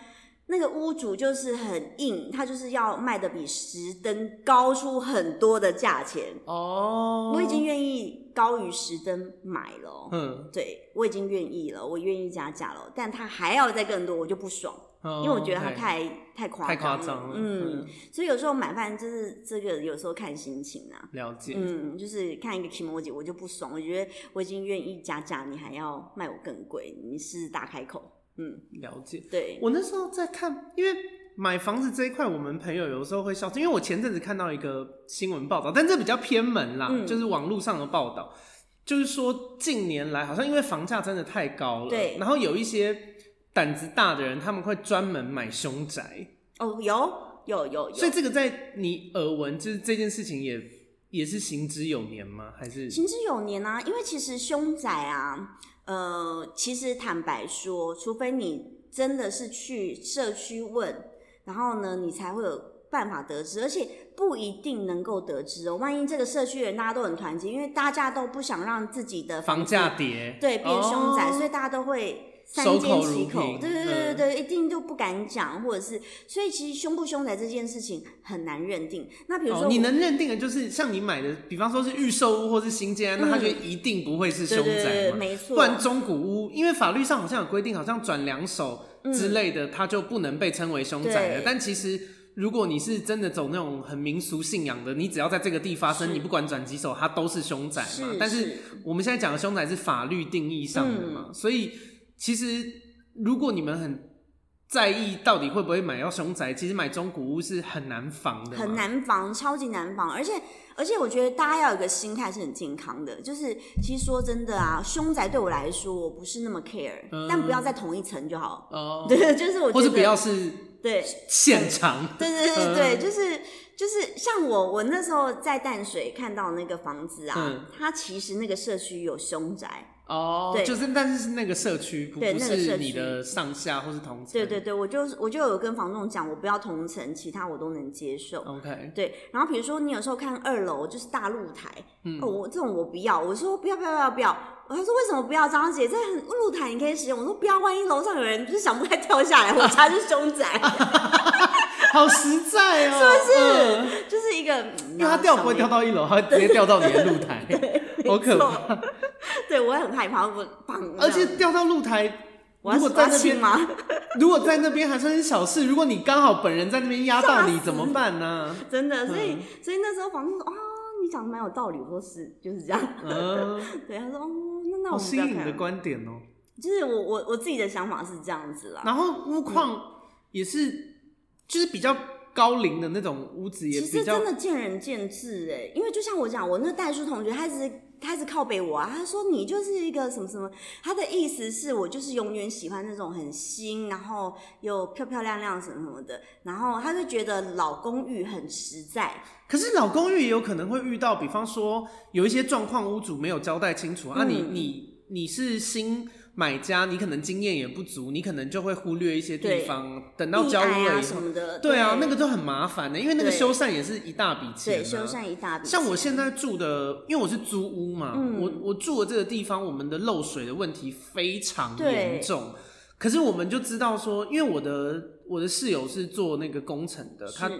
Speaker 2: 那个屋主就是很硬，他就是要卖的比石灯高出很多的价钱。
Speaker 1: 哦，
Speaker 2: 我已经愿意高于石灯买了哦、
Speaker 1: 嗯
Speaker 2: 对我已经愿意了，我愿意加价了，但他还要再更多，我就不爽，
Speaker 1: 哦
Speaker 2: 因为我觉得他
Speaker 1: OK
Speaker 2: 太太夸
Speaker 1: 太
Speaker 2: 张
Speaker 1: 夸张了，
Speaker 2: 嗯，，所以有时候买饭就是这个，有时候看心情啊。
Speaker 1: 了解，
Speaker 2: 嗯，就是看一个 k i m o j i 我就不爽，我觉得我已经愿意加价，你还要卖我更贵，你是大开口。嗯，
Speaker 1: 了解。
Speaker 2: 对，
Speaker 1: 我那时候在看，因为买房子这一块，我们朋友有时候会笑，因为我前阵子看到一个新闻报道，但这比较偏门啦，
Speaker 2: 嗯
Speaker 1: 就是网络上的报道，就是说近年来好像因为房价真的太高了，
Speaker 2: 对
Speaker 1: 然后有一些胆子大的人，他们会专门买凶宅，
Speaker 2: 哦，有有有有，
Speaker 1: 所以这个在你耳闻，就是这件事情也也是行之有年吗？还是
Speaker 2: 行之有年啊，因为其实凶宅啊，呃，其实坦白说，除非你真的是去社区问，然后呢，你才会有办法得知，而且不一定能够得知哦。万一这个社区人大家都很团结，因为大家都不想让自己的
Speaker 1: 房
Speaker 2: 子
Speaker 1: 价跌？
Speaker 2: 对变凶宅，
Speaker 1: 哦
Speaker 2: 所以大家都会。三
Speaker 1: 守
Speaker 2: 缄
Speaker 1: 口
Speaker 2: 其
Speaker 1: 如
Speaker 2: 口，
Speaker 1: 瓶
Speaker 2: 对对对对
Speaker 1: 嗯
Speaker 2: 对，一定都不敢讲，或者是，所以其实凶不凶宅这件事情很难认定。那比如说
Speaker 1: 哦
Speaker 2: 我，
Speaker 1: 你能认定的就是像你买的，比方说是预售屋或是新建案，那它
Speaker 2: 嗯
Speaker 1: 就一定不会是
Speaker 2: 对
Speaker 1: 凶
Speaker 2: 对对
Speaker 1: 宅
Speaker 2: 对，
Speaker 1: 嘛？
Speaker 2: 没错，
Speaker 1: 不然中古屋，因为法律上好像有规定，好像转两手之类的，它就不能被称为凶宅了
Speaker 2: 嗯对。
Speaker 1: 但其实如果你是真的走那种很民俗信仰的，你只要在这个地发生，
Speaker 2: 是
Speaker 1: 你不管转几手，它都是凶宅嘛
Speaker 2: 是。
Speaker 1: 但
Speaker 2: 是嗯
Speaker 1: 是我们现在讲的凶宅是法律定义上的嘛，所以其实如果你们很在意到底会不会买到凶宅，其实买中古屋是很难防的，
Speaker 2: 很。难防，超级难防，而且而且我觉得大家要有一个心态是很健康的，就是其实说真的啊，凶宅对我来说我不是那么 care，、
Speaker 1: 嗯
Speaker 2: 但不要在同一层就好。
Speaker 1: 哦，
Speaker 2: 对， 就是我觉得
Speaker 1: 或是不要嗯是
Speaker 2: 对
Speaker 1: 现场，
Speaker 2: 对对对对，就是就是像我我那时候在淡水看到那个房子啊，
Speaker 1: 嗯
Speaker 2: 它其实那个社区有凶宅，
Speaker 1: 哦，
Speaker 2: 对
Speaker 1: 就是但是是那个社区不
Speaker 2: 对
Speaker 1: 不
Speaker 2: 那个社
Speaker 1: 是
Speaker 2: 区
Speaker 1: 你的上下或是同层，
Speaker 2: 对对对，我就我就有跟房东讲，我不要同层，其他我都能接受。
Speaker 1: ，OK，
Speaker 2: 对，然后比如说你有时候看二楼就是大露台，
Speaker 1: 嗯
Speaker 2: 哦，我这种我不要，我说不要不要不要不要，他说为什么不要？张姐，这很露台你可以使用，我说不要，万一楼上有人就是想不开跳下来，我家是凶宅，
Speaker 1: 好实在 哦，是不是？
Speaker 2: 就是一个，嗯
Speaker 1: 因为它掉不会掉到一楼，它会直接掉到你的露 台， 好可怕，
Speaker 2: 对我也很害怕，我砰，
Speaker 1: 而且掉到露台。
Speaker 2: 我
Speaker 1: 如果
Speaker 2: 要
Speaker 1: 在
Speaker 2: 我要
Speaker 1: 那
Speaker 2: 亲
Speaker 1: 边，
Speaker 2: 吗？
Speaker 1: 如果在那边还算是小事，如果你刚好本人在那边压到你，怎么办 呢、
Speaker 2: 真的，所以、所以那时候房东说啊、你讲的蛮有道理，我说是就是这样，
Speaker 1: 嗯，
Speaker 2: 对，他说哦，那那
Speaker 1: 好
Speaker 2: 我们不
Speaker 1: 新
Speaker 2: 要
Speaker 1: 颖的
Speaker 2: 看，
Speaker 1: 观点哦、
Speaker 2: 就是我我我自己的想法是这样子啦。
Speaker 1: 然后屋
Speaker 2: 嗯
Speaker 1: 况也是，就是比较高龄的那种屋子，也
Speaker 2: 其实
Speaker 1: 比较
Speaker 2: 欸真的见仁见智哎，因为就像我讲，我那代书同学，他一直开始靠北我啊，他说你就是一个什么什么，他的意思是我就是永远喜欢那种很新，然后又漂漂亮亮什么什么的，然后他就觉得老公寓很实在，
Speaker 1: 可是老公寓也有可能会遇到，比方说有一些状况，屋主没有交代清楚啊
Speaker 2: 嗯
Speaker 1: 你，你你是新买家，你可能经验也不足，你可能就会忽略一些地
Speaker 2: 对
Speaker 1: 方，等到
Speaker 2: 溺
Speaker 1: 交屋
Speaker 2: 爱
Speaker 1: 了
Speaker 2: 啊
Speaker 1: 以
Speaker 2: 什
Speaker 1: 后，
Speaker 2: 么的，
Speaker 1: 对啊，那个都很麻烦的、因为那个
Speaker 2: 对
Speaker 1: 修缮也是一大笔钱、啊，
Speaker 2: 对修缮一大笔钱，
Speaker 1: 像我现在住的，因为我是租屋嘛，
Speaker 2: 嗯
Speaker 1: 我我住的这个地方，我们的漏水的问题非常
Speaker 2: 对
Speaker 1: 严重。可是我们就知道说，因为我的我的室友是做那个工程的，他
Speaker 2: 是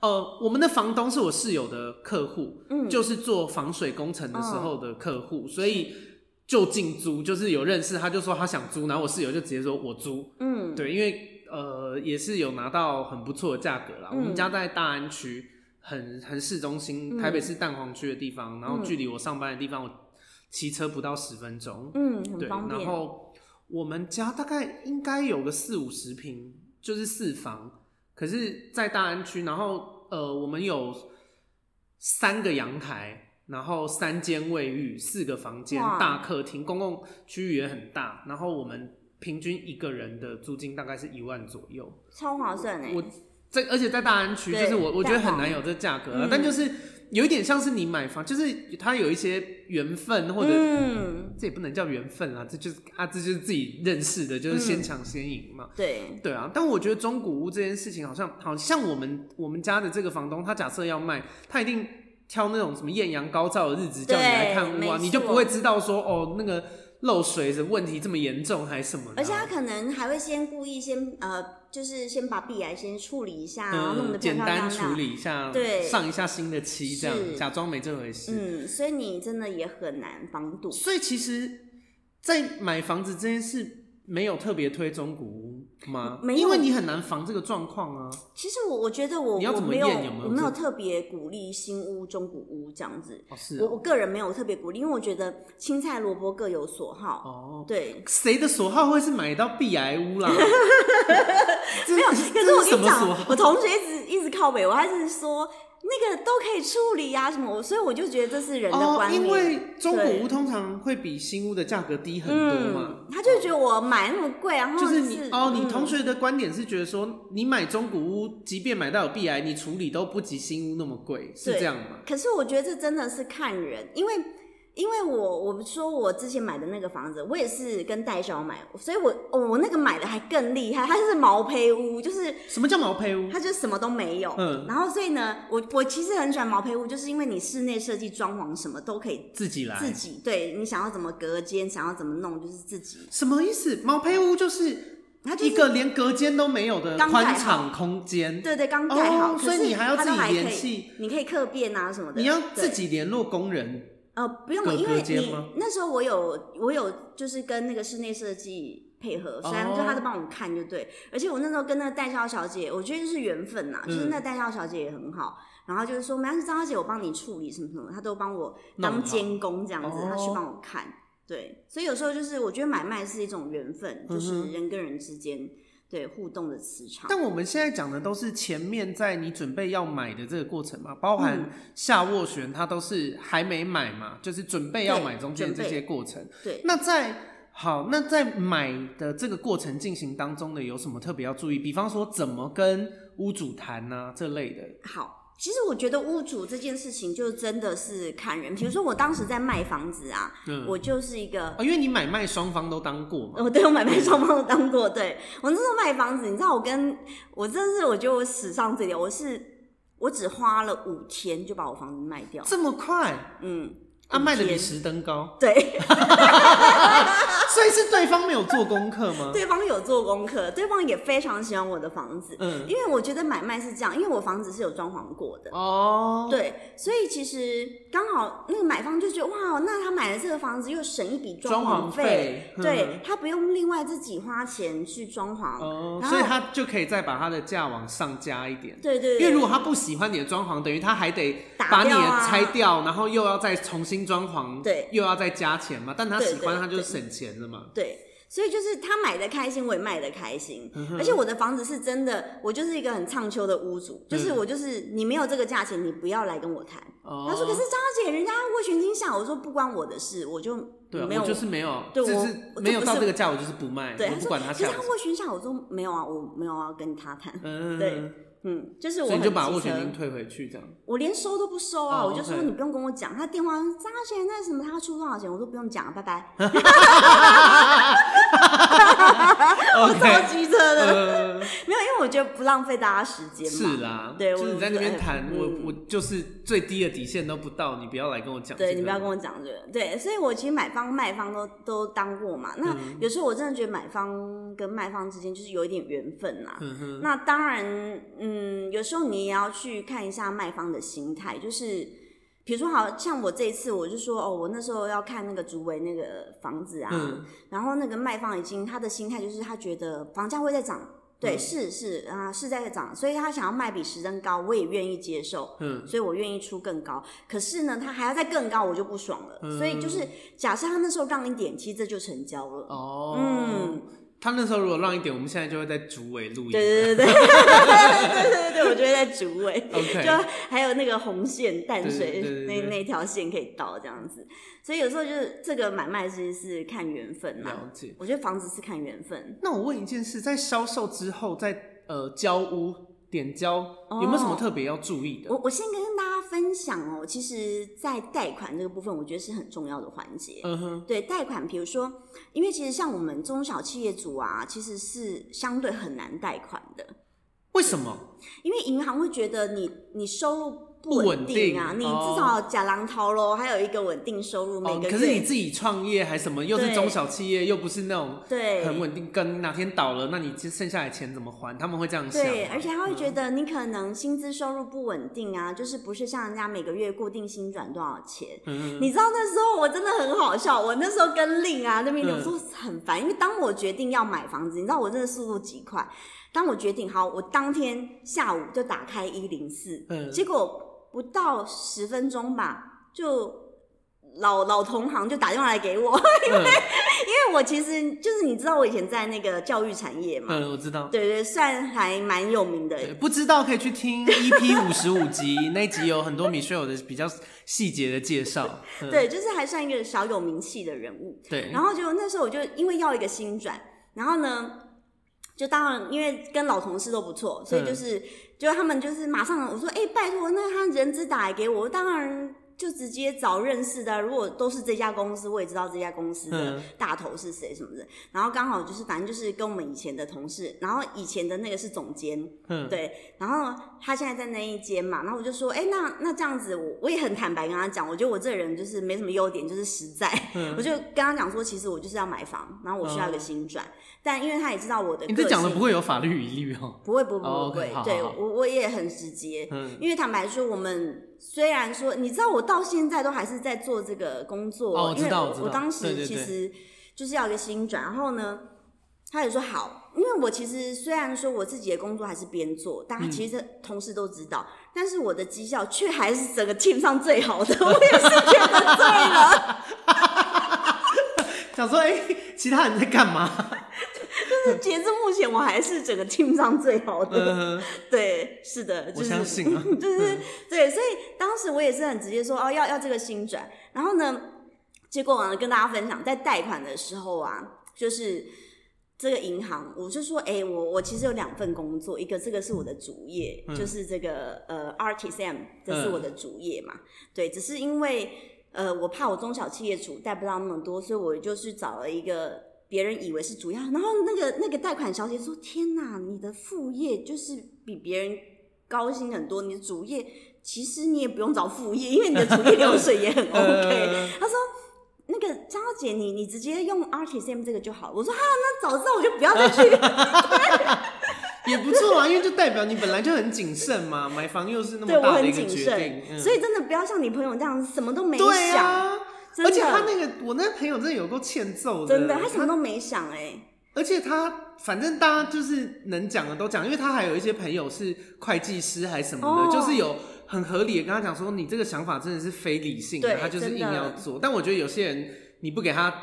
Speaker 1: 呃，我们的房东是我室友的客户，
Speaker 2: 嗯
Speaker 1: 就是做防水工程的时候的客户，所以就近租，就是有认识，他就说他想租，然后我室友就直接说我租，
Speaker 2: 嗯
Speaker 1: 对，因为呃也是有拿到很不错的价格啦。
Speaker 2: 嗯
Speaker 1: 我们家在大安区，很很市中心，
Speaker 2: 嗯
Speaker 1: 台北市蛋黄区的地方，然后
Speaker 2: 嗯
Speaker 1: 距离我上班的地方，我骑车不到十分钟，
Speaker 2: 嗯很
Speaker 1: 对，
Speaker 2: 方
Speaker 1: 然
Speaker 2: 便，
Speaker 1: 后我们家大概应该有个四五十平，就是四房，可是，在大安区，然后呃，我们有三个阳台。然后三间卫浴，四个房间，
Speaker 2: 哇
Speaker 1: 大客厅，公共区域也很大。然后我们平均一个人的租金大概是一万左右。
Speaker 2: 超划算哎，
Speaker 1: 我这而且在大安区，
Speaker 2: 对
Speaker 1: 就是我我觉得
Speaker 2: 蛋黄
Speaker 1: 很难有这价格、啊
Speaker 2: 嗯
Speaker 1: 但就是有一点像是你买房，就是它有一些缘分或者
Speaker 2: 嗯
Speaker 1: 这也不能叫缘分啦，这就是啊，这就是自己认识的，
Speaker 2: 嗯
Speaker 1: 就是先抢先赢嘛。
Speaker 2: 对
Speaker 1: 对啊，但我觉得中古屋这件事情好像好像我们我们家的这个房东，他假设要卖，他一定挑那种什么艳阳高照的日子叫你来看屋啊，
Speaker 2: 对没错
Speaker 1: 你就不会知道说哦那个漏水的问题这么严重还是什么的啊、
Speaker 2: 而且他可能还会先故意先呃，就是先把壁癌先处理一下，然后弄得
Speaker 1: 嗯，
Speaker 2: 漂
Speaker 1: 简
Speaker 2: 漂
Speaker 1: 单
Speaker 2: 亮
Speaker 1: 处
Speaker 2: 亮。
Speaker 1: 理一下，
Speaker 2: 对
Speaker 1: 上一下新的漆，这样
Speaker 2: 是
Speaker 1: 假装没这回事。
Speaker 2: 嗯，所以你真的也很难防堵。
Speaker 1: 所以其实，在买房子这件事，没有特别推中古屋吗？
Speaker 2: 没有
Speaker 1: 因为你很难防这个状况啊。
Speaker 2: 其实我我觉得我
Speaker 1: 你要
Speaker 2: 我
Speaker 1: 怎么
Speaker 2: 没有
Speaker 1: 验有没有
Speaker 2: 我没有
Speaker 1: 这
Speaker 2: 特别鼓励新屋、中古屋这样子。
Speaker 1: 哦，是
Speaker 2: 我
Speaker 1: 啊
Speaker 2: 我个人没有特别鼓励，因为我觉得青菜萝卜各有所好。
Speaker 1: 哦，
Speaker 2: 对，
Speaker 1: 谁的所好会是买到壁癌屋啦？ 没有，
Speaker 2: 可是我
Speaker 1: 这
Speaker 2: 跟
Speaker 1: 什
Speaker 2: 你
Speaker 1: 么所
Speaker 2: 讲，
Speaker 1: 好？
Speaker 2: 我同学一直一直靠北，我还是说那个都可以处理啊什么，我所以我就觉得这是人的
Speaker 1: 哦
Speaker 2: 观，念。
Speaker 1: 因为中古屋
Speaker 2: 对
Speaker 1: 通常会比新屋的价格低很多嘛。
Speaker 2: 嗯，他就觉得我买那么贵，然后
Speaker 1: 就是你哦，你
Speaker 2: 嗯
Speaker 1: 同学的观点是觉得说，你买中古屋，即便买到有壁癌，你处理都不及新屋那么贵，是
Speaker 2: 对
Speaker 1: 这样吗？
Speaker 2: 可是我觉得这真的是看人，因为因为我我们说我之前买的那个房子，我也是跟代销买，所以我哦我那个买的还更厉害，它是毛坯屋，就是
Speaker 1: 什么叫毛坯屋？
Speaker 2: 它就什么都没有。
Speaker 1: 嗯
Speaker 2: 然后所以呢，我我其实很喜欢毛坯屋，就是因为你室内设计、装潢什么都可以
Speaker 1: 自己来，
Speaker 2: 自己，对你想要怎么隔间，想要怎么弄，就是自己。
Speaker 1: 什么意思？毛坯屋就是
Speaker 2: 它
Speaker 1: 啊
Speaker 2: 就
Speaker 1: 一
Speaker 2: 是
Speaker 1: 个连隔间都没有的
Speaker 2: 刚盖好
Speaker 1: 宽敞空间，
Speaker 2: 对对刚盖好，
Speaker 1: 哦
Speaker 2: 可
Speaker 1: 所以
Speaker 2: 是
Speaker 1: 你还要
Speaker 2: 它都
Speaker 1: 自己
Speaker 2: 还可
Speaker 1: 联
Speaker 2: 以
Speaker 1: 系，
Speaker 2: 你可以客变啊什么的，
Speaker 1: 你要自
Speaker 2: 对
Speaker 1: 己联络工人。
Speaker 2: 呃，不用，
Speaker 1: 隔
Speaker 2: 因
Speaker 1: 隔
Speaker 2: 为
Speaker 1: 间
Speaker 2: 你
Speaker 1: 吗
Speaker 2: 那时候我有我有就是跟那个室内设计配合，虽然
Speaker 1: 哦
Speaker 2: 就他在帮我看就对，而且我那时候跟那个代销小姐，我觉得就是缘分呐、
Speaker 1: 嗯
Speaker 2: 就是那个代销小姐也很好，然后就是说没关系，张小姐我帮你处理什么什么，她都帮我
Speaker 1: 弄好
Speaker 2: 当监工这样子，她去
Speaker 1: 哦
Speaker 2: 帮我看，对，所以有时候就是我觉得买卖是一种缘分，就
Speaker 1: 嗯
Speaker 2: 是
Speaker 1: 哼
Speaker 2: 人跟人之间对互动的磁场，
Speaker 1: 但我们现在讲的都是前面在你准备要买的这个过程嘛，包含
Speaker 2: 嗯
Speaker 1: 下斡旋，它都是还没买嘛，就是准备要
Speaker 2: 对
Speaker 1: 买中间
Speaker 2: 准
Speaker 1: 这
Speaker 2: 备
Speaker 1: 些过程。
Speaker 2: 对。
Speaker 1: 那在好，那在买的这个过程进行当中呢，有什么特别要注意？比方说怎么跟屋主谈啊这类的。
Speaker 2: 好，其实我觉得屋主这件事情就真的是看人，比如说我当时在卖房子啊，
Speaker 1: 嗯，
Speaker 2: 我嗯就是一个，
Speaker 1: 哦，因为你买卖双方都当过嘛，
Speaker 2: 我对我买卖双方都当过，对我那时候卖房子，你知道我跟我真是我觉得我史上最屌，我是我只花了五天就把我房子卖掉，
Speaker 1: 这么快
Speaker 2: 嗯，
Speaker 1: 啊，卖的比
Speaker 2: 天
Speaker 1: 石登高，
Speaker 2: 对，
Speaker 1: 啊所以是对方没有做功课吗？
Speaker 2: 对方有做功课，对方也非常喜欢我的房子，
Speaker 1: 嗯，
Speaker 2: 因为我觉得买卖是这样，因为我房子是有装潢过的。
Speaker 1: 哦，，
Speaker 2: 对，所以其实刚好那个买方就觉得哇，那他买了这个房子又省一笔
Speaker 1: 装
Speaker 2: 潢
Speaker 1: 潢费，
Speaker 2: 对他不用另外自己花钱去装
Speaker 1: 嗯，
Speaker 2: 潢，
Speaker 1: 哦，
Speaker 2: 然后
Speaker 1: 所以他就可以再把他的价往上加一点。
Speaker 2: 对对对，
Speaker 1: 因为如果他不喜欢你的装潢，等于他还得
Speaker 2: 打
Speaker 1: 把你
Speaker 2: 掉
Speaker 1: 的
Speaker 2: 啊
Speaker 1: 拆掉，然后又要再重新装潢，
Speaker 2: 对，
Speaker 1: 又要再加钱嘛。但他
Speaker 2: 对
Speaker 1: 喜欢，
Speaker 2: 对
Speaker 1: 他就
Speaker 2: 对
Speaker 1: 省钱了嘛。
Speaker 2: 对，所以就是他买的开心，我也卖的开心，
Speaker 1: 嗯
Speaker 2: 而且我的房子是真的，我就是一个很畅秋的屋主，就是我就是你没有这个价钱，你不要来跟我谈。
Speaker 1: 嗯哦，
Speaker 2: 他说：“可是张小姐，人家斡旋金下，我说：“不关我的事，我就
Speaker 1: 对啊，
Speaker 2: 没有。
Speaker 1: 我就是没有，
Speaker 2: 对
Speaker 1: 就
Speaker 2: 我
Speaker 1: 是
Speaker 2: 我
Speaker 1: 没有
Speaker 2: 这不
Speaker 1: 到
Speaker 2: 是
Speaker 1: 这个价，我就是不卖，
Speaker 2: 对，
Speaker 1: 我
Speaker 2: 他
Speaker 1: 不
Speaker 2: 说
Speaker 1: 管他
Speaker 2: 其
Speaker 1: 下
Speaker 2: 实
Speaker 1: 不
Speaker 2: 他
Speaker 1: 下。
Speaker 2: 斡旋下，我说没有啊，我没有要跟他 谈。
Speaker 1: 嗯，
Speaker 2: 对嗯，就是我
Speaker 1: 所以你就
Speaker 2: 很
Speaker 1: 把
Speaker 2: 机
Speaker 1: 斡旋
Speaker 2: 车
Speaker 1: 金退回去，这样。
Speaker 2: 我连收都不收啊，
Speaker 1: 哦
Speaker 2: 我就说
Speaker 1: OK
Speaker 2: 你不用跟我讲。他电话说张小姐，那什么他出多少钱？我说不用讲了，拜拜。 我
Speaker 1: OK，
Speaker 2: 超机车的，
Speaker 1: 呃，
Speaker 2: 没有，因为我觉得不浪费大家时间嘛。
Speaker 1: 是啦，
Speaker 2: 对
Speaker 1: 就是
Speaker 2: 我
Speaker 1: 你在那边谈，
Speaker 2: 嗯
Speaker 1: 我我就是最低的底线都不到，你不要来跟我讲这个。
Speaker 2: 对你不要跟我讲这个，对，所以我其实买方卖方都都当过嘛。那
Speaker 1: 嗯
Speaker 2: 有时候我真的觉得买方跟卖方之间就是有一点缘分啦、
Speaker 1: 嗯哼，
Speaker 2: 那当然，嗯，有时候你也要去看一下卖方的心态，就是比如说，好像我这一次我就说，哦，我那时候要看那个竹围那个房子啊，
Speaker 1: 嗯
Speaker 2: 然后那个卖方已经他的心态就是他觉得房价会在涨。对，
Speaker 1: 嗯
Speaker 2: 是是啊、是在涨，所以他想要卖比时针高，我也愿意接受，
Speaker 1: 嗯
Speaker 2: 所以我愿意出更高。可是呢，他还要再更高，我就不爽了。所以就是假设他那时候让一点，其实这就成交了。
Speaker 1: 哦，
Speaker 2: 嗯，
Speaker 1: 他那时候如果让一点，我们现在就会在主委录音。
Speaker 2: 对对对对对对对对，我觉得在主委。
Speaker 1: OK，
Speaker 2: 就还有那个红线淡
Speaker 1: 对
Speaker 2: 水
Speaker 1: 对对
Speaker 2: 那
Speaker 1: 对
Speaker 2: 那条线可以到这样子，所以有时候就是这个买卖其实是看缘分啦、
Speaker 1: 了解。
Speaker 2: 我觉得房子是看缘分，
Speaker 1: 那我问一件事，在销售之后，在呃交屋点交，有没有什么特别要注意的？
Speaker 2: 哦我我先跟大家分享哦，其实，在贷款这个部分，我觉得是很重要的环节。
Speaker 1: 嗯哼，
Speaker 2: 对贷款，比如说，因为其实像我们中小企业主啊，其实是相对很难贷款的，
Speaker 1: 为什么？
Speaker 2: 因为银行会觉得你你收入不
Speaker 1: 不
Speaker 2: 稳
Speaker 1: 稳定
Speaker 2: 啊，你
Speaker 1: 哦
Speaker 2: 至少假狼逃喽，还有一个稳定收入，每
Speaker 1: 哦
Speaker 2: 个月、，
Speaker 1: 可是你自己创业还什么，又是
Speaker 2: 对
Speaker 1: 中小企业，又不是那种
Speaker 2: 对
Speaker 1: 很稳定，跟哪天倒了，那你剩下的钱怎么还？他们会这样想吗。
Speaker 2: 对，而且他会觉
Speaker 1: 嗯
Speaker 2: 得你可能薪资收入不稳定啊，就是不是像人家每个月固定薪转多少钱。
Speaker 1: 嗯，
Speaker 2: 你知道那时候我真的很好笑，我那时候跟令啊那边有
Speaker 1: 嗯
Speaker 2: 时候很烦，因为当我决定要买房子，你知道我真的速度极快。当我决定好，我当天下午就打开一零四，
Speaker 1: 嗯
Speaker 2: 结果不到十分钟吧，就老老同行就打电话来给我，
Speaker 1: 嗯
Speaker 2: 因为我其实就是你知道我以前在那个教育产业嘛，
Speaker 1: 嗯，我知道。
Speaker 2: 对对，算还蛮有名的，
Speaker 1: 对，不知道可以去 听 EP 五十五集，那一集有很多 Michelle 的比较细节的介绍。嗯
Speaker 2: 对，就是还算一个小有名气的人物。
Speaker 1: 对，
Speaker 2: 然后就那时候我就因为要一个新转，然后呢，就当然因为跟老同事都不错，所以就是、就他们就是马上我说，哎、拜托，那他人资打来给我，当然。就直接找认识的啊，如果都是这家公司，我也知道这家公司的
Speaker 1: 嗯
Speaker 2: 大头是谁什么的。然后刚好就是，反正就是跟我们以前的同事，然后以前的那个是总监，
Speaker 1: 嗯，
Speaker 2: 对，然后他现在在那一间嘛，然后我就说，哎、那那这样子我，我也很坦白跟他讲，我觉得我这个人就是没什么优点，就是实在，
Speaker 1: 嗯
Speaker 2: 我就跟他讲说，其实我就是要买房，然后我需要一个新转，但因为他也知道我的
Speaker 1: 你
Speaker 2: 个
Speaker 1: 这讲的
Speaker 2: 性，
Speaker 1: 不会有法律疑虑哦。
Speaker 2: 不会不会不会
Speaker 1: 哦
Speaker 2: 不会，
Speaker 1: ，OK，好
Speaker 2: 对
Speaker 1: 好好
Speaker 2: 我我也很直接，
Speaker 1: 嗯，
Speaker 2: 因为坦白说，我们虽然说，你知道我到现在都还是在做这个工作，
Speaker 1: 哦我知
Speaker 2: 因为
Speaker 1: 道
Speaker 2: 我
Speaker 1: 我知道
Speaker 2: 当
Speaker 1: 对
Speaker 2: 时
Speaker 1: 对
Speaker 2: 其
Speaker 1: 对
Speaker 2: 实就是要一个新转，然后呢，他也说好，因为我其实虽然说我自己的工作还是边做，大家
Speaker 1: 嗯
Speaker 2: 其实同事都知道，但是我的绩效却还是整个 team 上最好的，我也是觉得醉了，
Speaker 1: 想说，哎、其他人在干嘛？
Speaker 2: 就是截至目前，我还是整个 team 上最好的，
Speaker 1: 嗯，
Speaker 2: 对，是的，就
Speaker 1: 我
Speaker 2: 是
Speaker 1: 相信啊。
Speaker 2: 就是对，所以当时我也是很直接说哦，要要这个新转，然后呢，结果呢跟大家分享，在贷款的时候啊，就是这个银行，我就说，哎、我我其实有两份工作，一个这个是我的主业，
Speaker 1: 嗯
Speaker 2: 就是这个呃 RTSM，这是我的主业嘛，对，只是因为呃我怕我中小企业主贷不到那么多，所以我就去找了一个。别人以为是主要，然后那个那个贷款小姐说：“天哪，你的副业就是比别人高薪很多，你的主业其实你也不用找副业，因为你的主业流水也很 嗯 OK。
Speaker 1: 呃
Speaker 2: 他说。那个张姐，你你直接用 RTCM 这个就好了。我说哈、那早知道我就不要 再去。
Speaker 1: 也不错啊，因为就代表你本来就很谨慎嘛，买房又是那
Speaker 2: 对
Speaker 1: 么
Speaker 2: 我
Speaker 1: 大的
Speaker 2: 很
Speaker 1: 一个
Speaker 2: 谨
Speaker 1: 决
Speaker 2: 慎
Speaker 1: 定，，嗯、
Speaker 2: 所以真的不要像你朋友这样什么都没
Speaker 1: 对
Speaker 2: 想，
Speaker 1: 啊。
Speaker 2: 真的
Speaker 1: 而且他那个我那朋友真的有够欠揍
Speaker 2: 真的他什么都没想哎、
Speaker 1: 而且他反正大家就是能讲的都讲，因为他还有一些朋友是会计师还什么的，
Speaker 2: 哦
Speaker 1: 就是有很合理的跟他讲说，你这个想法真的是非理性的，
Speaker 2: 对
Speaker 1: 他就是硬
Speaker 2: 真的
Speaker 1: 要做。但我觉得有些人你不给他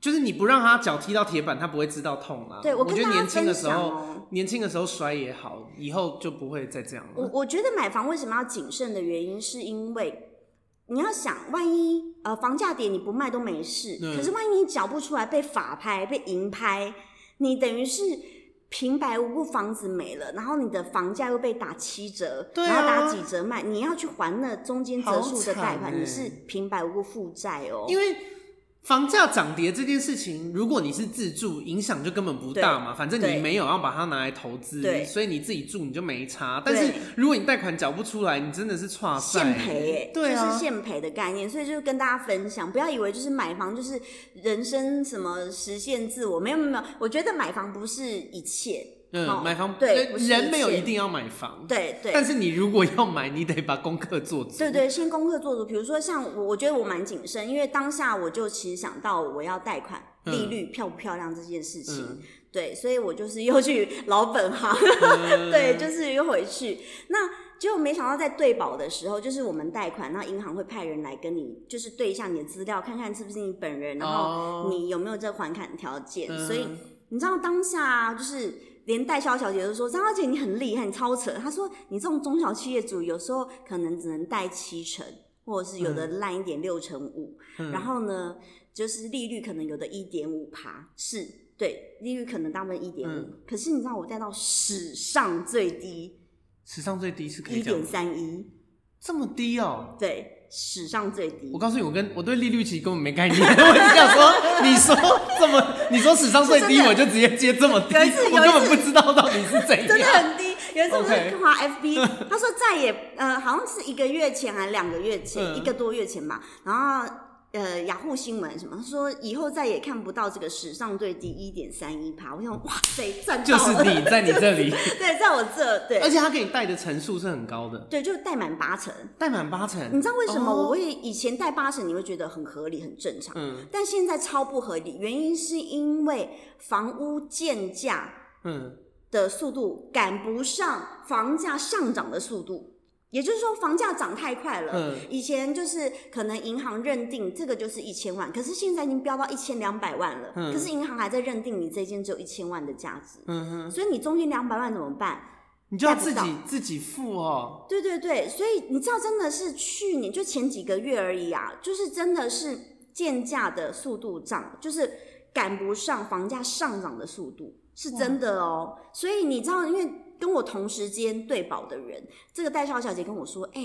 Speaker 1: 就是你不让他脚踢到铁板，他不会知道痛啦。
Speaker 2: 对
Speaker 1: 我
Speaker 2: 跟
Speaker 1: 觉得
Speaker 2: 大家
Speaker 1: 年轻的
Speaker 2: 分
Speaker 1: 时
Speaker 2: 享
Speaker 1: 候，
Speaker 2: 哦。
Speaker 1: 年轻的时候摔也好，以后就不会再这样
Speaker 2: 我
Speaker 1: 了。
Speaker 2: 我觉得买房为什么要谨慎的原因，是因为你要想，万一呃房价跌你不卖都没事，
Speaker 1: 嗯
Speaker 2: 可是万一你缴不出来被法拍、被银拍，你等于是平白无故房子没了，然后你的房价又被打七折，
Speaker 1: 对啊
Speaker 2: 然后打几折卖，你要去还那中间折数的贷
Speaker 1: 好
Speaker 2: 款，
Speaker 1: 惨欸
Speaker 2: 你是平白无故负债哦。
Speaker 1: 因为房价涨跌这件事情，如果你是自住，影响就根本不大嘛，反正你
Speaker 2: 对
Speaker 1: 没有要把它拿来投资，
Speaker 2: 对
Speaker 1: 所以你自己住你就没差。但
Speaker 2: 对
Speaker 1: 是如果你贷款缴不出来，你真的是差赛
Speaker 2: 现赔、欸，
Speaker 1: 对
Speaker 2: 就
Speaker 1: 啊
Speaker 2: 是，现赔的概念，所以就跟大家分享，不要以为就是买房就是人生什么实现自我，没有没有，没有，我觉得买房不是一切，哦
Speaker 1: 嗯，买房
Speaker 2: 对
Speaker 1: 呃
Speaker 2: 不是一
Speaker 1: 人没有
Speaker 2: 切
Speaker 1: 一定要买房，
Speaker 2: 对对
Speaker 1: 但是你如果要买，你得把功课 做足。
Speaker 2: 对对，先功课做足。比如说像我，我觉得我蛮谨慎，因为当下我就其实想到我要贷款
Speaker 1: 嗯
Speaker 2: 利率漂不漂亮这件事情，
Speaker 1: 嗯
Speaker 2: 对，所以我就是又去老本行，对，就是又回去。那结果没想到在对保的时候，就是我们贷款，然后银行会派人来跟你，就是对一下你的资料，看看是不是你本人，然后
Speaker 1: 哦，
Speaker 2: 你有没有这还款条件。所以
Speaker 1: 嗯
Speaker 2: 你知道当下啊就是连代销小姐都说张小姐你很厉害，你超扯。她说你这种中小企业主有时候可能只能贷七成，或者是有的烂一点六成五、
Speaker 1: 嗯
Speaker 2: 然后呢就是利率可能有的一点五趴，是对利率可能大部分一点五
Speaker 1: 嗯，
Speaker 2: 可是你知道我贷到史上最低
Speaker 1: 史上最低是可以
Speaker 2: 一
Speaker 1: 讲
Speaker 2: 点三一，
Speaker 1: 这么低哦。
Speaker 2: 对，史上最低
Speaker 1: 我。告诉你，我跟我对利率其实根本没概念， 我只想说，你说这么，你说史上最低，
Speaker 2: 是真的
Speaker 1: 我就直接接这么低，
Speaker 2: 有一次
Speaker 1: 我根本不知道到底是怎
Speaker 2: 真的
Speaker 1: 样。
Speaker 2: 很低。有一次我在
Speaker 1: OK
Speaker 2: 滑 FB，他说再也呃，好像是一个月前还两个月前，
Speaker 1: 嗯
Speaker 2: 一个多月前吧。然后呃，雅虎新闻什么，他说以后再也看不到这个史上最低一点三一趴。我想哇塞，赚到
Speaker 1: 就
Speaker 2: 了
Speaker 1: 是你在你这里，
Speaker 2: 对，在我这
Speaker 1: 而
Speaker 2: 对
Speaker 1: 且他给你贷的层数是很高的，
Speaker 2: 对，就贷满八成。
Speaker 1: 贷满八成。
Speaker 2: 你知道为什么
Speaker 1: 哦
Speaker 2: 我会以前贷八成，你会觉得很合理、很正常，
Speaker 1: 嗯
Speaker 2: 但现在超不合理。原因是因为房屋建价
Speaker 1: 嗯，
Speaker 2: 的速度赶不上房价上涨的速度。也就是说，房价涨太快了。
Speaker 1: 嗯
Speaker 2: 以前就是可能银行认定这个就是一千万，可是现在已经飙到一千两百万了。
Speaker 1: 嗯
Speaker 2: 可是银行还在认定你这间只有一千万的价值，
Speaker 1: 嗯哼，
Speaker 2: 所以你中间两百万怎么办？
Speaker 1: 你就要自
Speaker 2: 贷不
Speaker 1: 己自己付哦。
Speaker 2: 对对对，所以你知道，真的是去年就前几个月而已啊，就是真的是建价的速度涨，就是赶不上房价上涨的速度，是真的哦。所以你知道，因为跟我同时间对保的人，这个代销小姐跟我说，哎、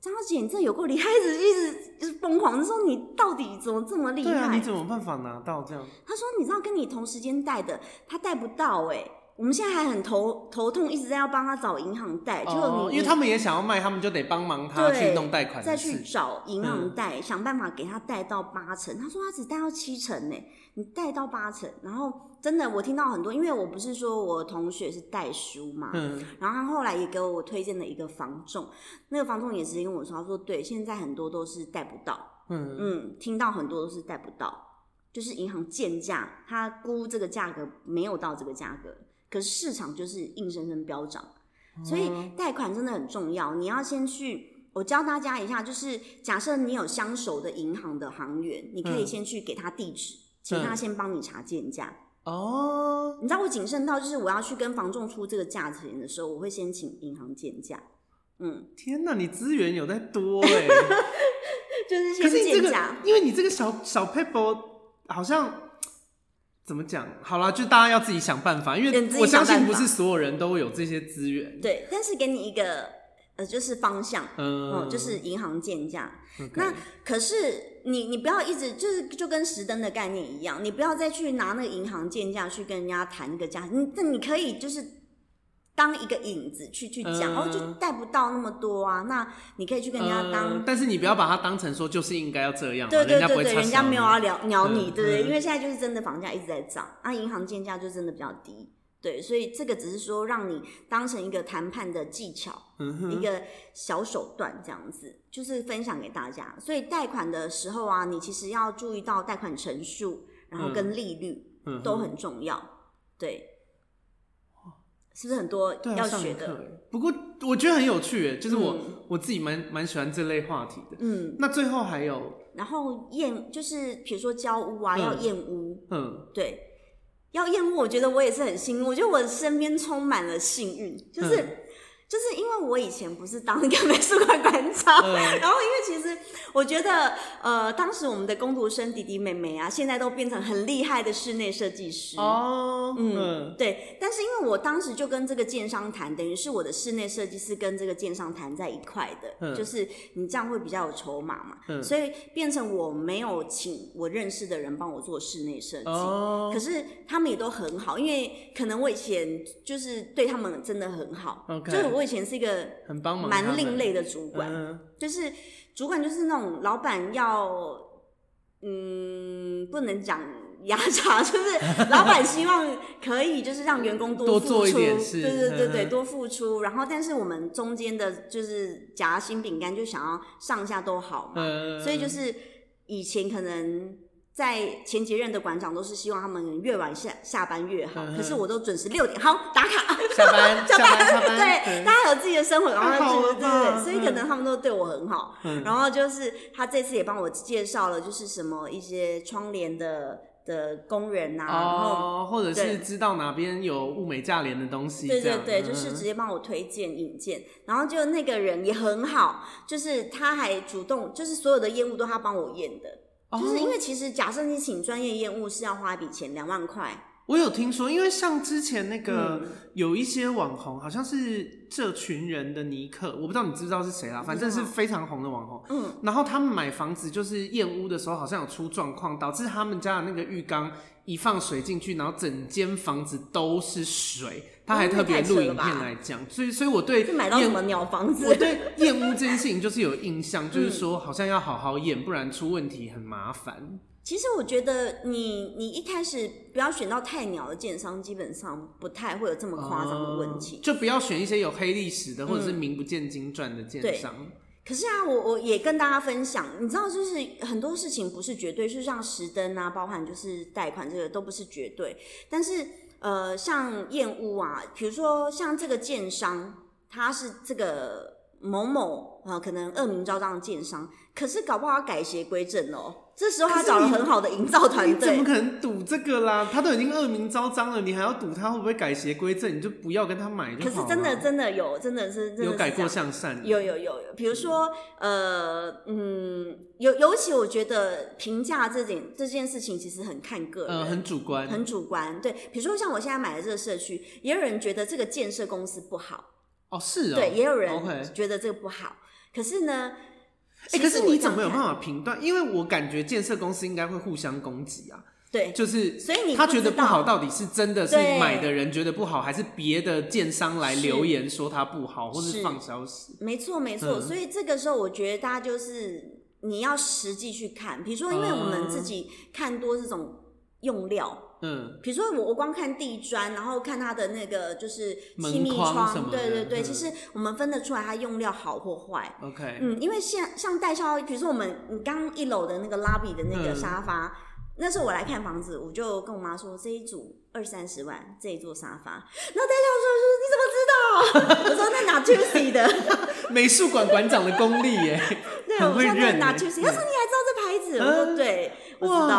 Speaker 2: 张小姐，你真的有够厉害，一直一直就是疯狂，说你到底怎么这么厉
Speaker 1: 对啊，
Speaker 2: 害
Speaker 1: 你？怎么办法拿到这样？
Speaker 2: 她说，你知道跟你同时间贷的，她贷不到哎、我们现在还很头头痛，一直在要帮她找银行贷，结果你、
Speaker 1: 哦，因为他们也想要卖，他们就得帮忙他
Speaker 2: 对
Speaker 1: 去弄贷款嗯
Speaker 2: 再
Speaker 1: 的
Speaker 2: 去
Speaker 1: 事。
Speaker 2: 找银行贷，想办法给他贷到八成。他说他只贷到七成呢，你贷到八成，然后真的我听到很多，因为我不是说我同学是代书嘛，
Speaker 1: 嗯，
Speaker 2: 然后他后来也给我推荐了一个房仲，那个房仲也直接跟我说，他说对，现在很多都是贷不到，
Speaker 1: 嗯
Speaker 2: 嗯，听到很多都是贷不到，就是银行贱价，他估这个价格没有到这个价格，可是市场就是硬生生飙涨。
Speaker 1: 哦
Speaker 2: 所以贷款真的很重要，你要先去。我教大家一下，就是假设你有相熟的银行的行员，你可以
Speaker 1: 嗯
Speaker 2: 先去给他地址，请
Speaker 1: 嗯
Speaker 2: 他先帮你查建价。
Speaker 1: 哦，
Speaker 2: 你知道我谨慎到，就是我要去跟房仲出这个价钱的时候，我会先请银行建价，嗯，
Speaker 1: 天哪，你资源有在多哎、
Speaker 2: 就是
Speaker 1: 可
Speaker 2: 先
Speaker 1: 是你这
Speaker 2: 建
Speaker 1: 个
Speaker 2: 价。，
Speaker 1: 因为你这个小小 paper 好像怎么讲？好啦，就大家要自己想办法，因
Speaker 2: 嗯自己
Speaker 1: 为我相
Speaker 2: 想办
Speaker 1: 信
Speaker 2: 法
Speaker 1: 不是所有人都有这些资源。
Speaker 2: 对，但是给你一个呃，就是方向，
Speaker 1: 嗯，
Speaker 2: 哦、就是银行建价。
Speaker 1: OK
Speaker 2: 那可是你你不要一直就是就跟石灯的概念一样，你不要再去拿那个银行建价去跟人家谈一个价，你这你可以就是当一个引子去去讲，
Speaker 1: 嗯
Speaker 2: 哦就贷不到那么多啊，那你可以去跟人家当。
Speaker 1: 嗯但是你不要把它当成说就是应该要这样嘛，
Speaker 2: 对对
Speaker 1: 人家不会
Speaker 2: 对对，
Speaker 1: 插
Speaker 2: 人家
Speaker 1: 手
Speaker 2: 没有啊要聊鸟你，
Speaker 1: 嗯
Speaker 2: 对不对？
Speaker 1: 嗯
Speaker 2: 因为现在就是真的房价一直在涨，啊，银行建价就真的比较低，对，所以这个只是说让你当成一个谈判的技巧，
Speaker 1: 嗯
Speaker 2: 一
Speaker 1: 哼，
Speaker 2: 个小手段，这样子就是分享给大家。所以贷款的时候啊，你其实要注意到贷款成数，然后跟利率
Speaker 1: 嗯嗯哼
Speaker 2: 都很重要。对，是不是很多
Speaker 1: 对啊，
Speaker 2: 要
Speaker 1: 上
Speaker 2: 学
Speaker 1: 课
Speaker 2: 的？
Speaker 1: 欸。不过我觉得很有趣，哎，就是我、我自己蛮蛮喜欢这类话题的。
Speaker 2: 嗯，
Speaker 1: 那最后还有，
Speaker 2: 然后验就是比如说交屋啊，
Speaker 1: 嗯
Speaker 2: 要验屋，
Speaker 1: 嗯，
Speaker 2: 对。要验屋，我觉得我也是很幸运。我觉得我身边充满了幸运，就是、
Speaker 1: 嗯
Speaker 2: 就是因为我以前不是当那个美术馆馆长，
Speaker 1: 嗯
Speaker 2: 然后因为其实我觉得，呃，当时我们的工读生弟弟妹妹啊，现在都变成很厉害的室内设计师。
Speaker 1: 哦，
Speaker 2: 嗯
Speaker 1: 嗯，
Speaker 2: 对，但是因为我当时就跟这个建商谈，等于是我的室内设计师跟这个建商谈在一块的，
Speaker 1: 嗯
Speaker 2: 就是你这样会比较有筹码嘛，
Speaker 1: 嗯
Speaker 2: 所以变成我没有请我认识的人帮我做室内设计。
Speaker 1: 哦
Speaker 2: 可是他们也都很好，因为可能我以前就是对他们真的很好
Speaker 1: OK
Speaker 2: 就是我以前是一个
Speaker 1: 很帮忙，
Speaker 2: 蛮另类的主管，
Speaker 1: 嗯，
Speaker 2: 就是主管就是那种老板要，嗯，不能讲压榨， 就是老板希望可以就是让员工
Speaker 1: 多
Speaker 2: 付出，
Speaker 1: 做一点事
Speaker 2: 对对对
Speaker 1: 嗯
Speaker 2: 对，
Speaker 1: 哼
Speaker 2: 多付出。然后，但是我们中间的就是夹心饼干，就想要上下都好嘛，
Speaker 1: 嗯，
Speaker 2: 所以就是以前可能。在前几任的馆长都是希望他们越晚下下班越好，
Speaker 1: 嗯哼
Speaker 2: 可是我都准时六点好打卡，
Speaker 1: 下班 下班下班，
Speaker 2: 对，大家有自己的生活，然
Speaker 1: 太
Speaker 2: 后
Speaker 1: 好
Speaker 2: 就
Speaker 1: 了
Speaker 2: 是对对
Speaker 1: 吧
Speaker 2: 对，所以可能他们都对我很好。
Speaker 1: 嗯
Speaker 2: 然后就是他这次也帮我介绍了，就是什么一些窗帘的的工人呐、然后
Speaker 1: 哦，或者
Speaker 2: 对
Speaker 1: 是知道哪边有物美价廉的东西，
Speaker 2: 对
Speaker 1: 这
Speaker 2: 对
Speaker 1: 样嗯
Speaker 2: 对，就是直接帮我推荐引荐。然后就那个人也很好，就是他还主动，就是所有的业务都他帮我验的。就是因
Speaker 1: 哦、
Speaker 2: 为其实假设你请专业验务是要花一笔钱，两万块。
Speaker 1: 我有听说，因为像之前那个、
Speaker 2: 嗯
Speaker 1: 有一些网红，好像是这群人的尼克，我不知道你知不知道是谁啦，
Speaker 2: 不知道
Speaker 1: 反正是非常红的网红。
Speaker 2: 嗯，
Speaker 1: 然后他们买房子就是验屋的时候，好像有出状况，导致他们家的那个浴缸一放水进去，然后整间房子都是水。他还
Speaker 2: 哦
Speaker 1: 特别录影片来讲，所以所以我对
Speaker 2: 是买到什
Speaker 1: 验
Speaker 2: 么鸟房
Speaker 1: 我
Speaker 2: 子？
Speaker 1: 对验屋这件事情就是有印象，就是说好像要好好验，不然出问题很麻烦。
Speaker 2: 其实我觉得你你一开始不要选到太鸟的建商，基本上不太会有这么夸张的问题
Speaker 1: 哦。就不要选一些有黑历史的或者是名不见经传的建商。
Speaker 2: 可是啊，我我也跟大家分享，你知道，就是很多事情不是绝对，就像石灯啊，包含就是贷款这个都不是绝对。但是呃，像燕屋啊，比如说像这个建商，他是这个某某啊、呃可能恶名昭彰的建商，可是搞不好他改邪归正哦。这时候他
Speaker 1: 可是
Speaker 2: 找了
Speaker 1: 你
Speaker 2: 很好的营造团
Speaker 1: 你怎么
Speaker 2: 队，
Speaker 1: 可能赌哎这个啦？他都已经恶名昭彰了，你还要赌他会不会改邪归正？你就不要跟他买就好
Speaker 2: 可是
Speaker 1: 了。
Speaker 2: 真的真的有，真的是真的
Speaker 1: 有
Speaker 2: 是
Speaker 1: 改
Speaker 2: 这
Speaker 1: 过
Speaker 2: 样
Speaker 1: 向善，
Speaker 2: 有有有有，比如说呃嗯，尤尤其我觉得评价这点这件事情其实很看个人。
Speaker 1: 呃很主观，
Speaker 2: 很主观，对，比如说像我现在买的这个社区，也有人觉得这个建设公司不好，
Speaker 1: 哦是哦，
Speaker 2: 对，也有
Speaker 1: OK
Speaker 2: 人觉得这个不好。可是呢，
Speaker 1: 哎、可是你怎么有办
Speaker 2: 法？
Speaker 1: 法评断？因为我感觉建设公司应该会互相攻击啊，
Speaker 2: 对，
Speaker 1: 就是
Speaker 2: 所以你
Speaker 1: 他
Speaker 2: 不
Speaker 1: 觉得
Speaker 2: 知
Speaker 1: 不好，
Speaker 2: 道
Speaker 1: 到底是真的是
Speaker 2: 对
Speaker 1: 买的人觉得不好，还是别的建商来
Speaker 2: 是
Speaker 1: 留言说他不好，或
Speaker 2: 是
Speaker 1: 是放消息？
Speaker 2: 没错没错。
Speaker 1: 嗯
Speaker 2: 所以这个时候，我觉得大家就是你要实际去看，比如说，因为我们自己看多这种用料，
Speaker 1: 嗯，
Speaker 2: 比如说我我光看地砖，然后看它的那个就是
Speaker 1: 门
Speaker 2: 气密
Speaker 1: 框什么的
Speaker 2: 对对对，
Speaker 1: 嗯
Speaker 2: 其实我们分得出来它用料好或坏。
Speaker 1: OK，
Speaker 2: 嗯，因为像像代销，比如说我们你刚一楼的那个 lobby 的那个
Speaker 1: 嗯
Speaker 2: 沙发，那时候我来看房子，我就跟我妈说这一组二三十万这一座沙发，然后代销说说你怎么知道？我 说那拿 t u s y 的，
Speaker 1: 美术馆馆长的功力 耶，
Speaker 2: 对，
Speaker 1: 很
Speaker 2: 我
Speaker 1: 会
Speaker 2: 说那
Speaker 1: 认
Speaker 2: 拿
Speaker 1: 欸
Speaker 2: t u s
Speaker 1: 嗯
Speaker 2: y 他说你还知道这牌子？我说
Speaker 1: 嗯
Speaker 2: 对，我
Speaker 1: 哇
Speaker 2: 知道，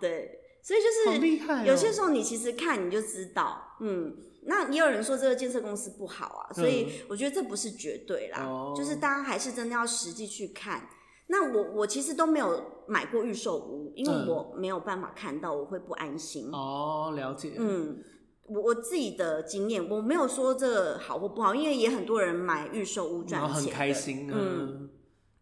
Speaker 2: 对，所以
Speaker 1: 好
Speaker 2: 就是
Speaker 1: 厉害、哦！
Speaker 2: 有些时候你其实看你就知道，嗯，那也有人说这个建设公司不好啊，所以我觉得这不是绝对啦，
Speaker 1: 嗯哦
Speaker 2: 就是大家还是真的要实际去看。那我我其实都没有买过预售屋，因为
Speaker 1: 嗯
Speaker 2: 我没有办法看到，我会不安心。
Speaker 1: 哦，了解，
Speaker 2: 嗯，我我自己的经验，我没有说这个好或不好，因为也很多人买预售屋
Speaker 1: 嗯
Speaker 2: 赚
Speaker 1: 然后
Speaker 2: 钱，
Speaker 1: 很开，心、啊，
Speaker 2: 嗯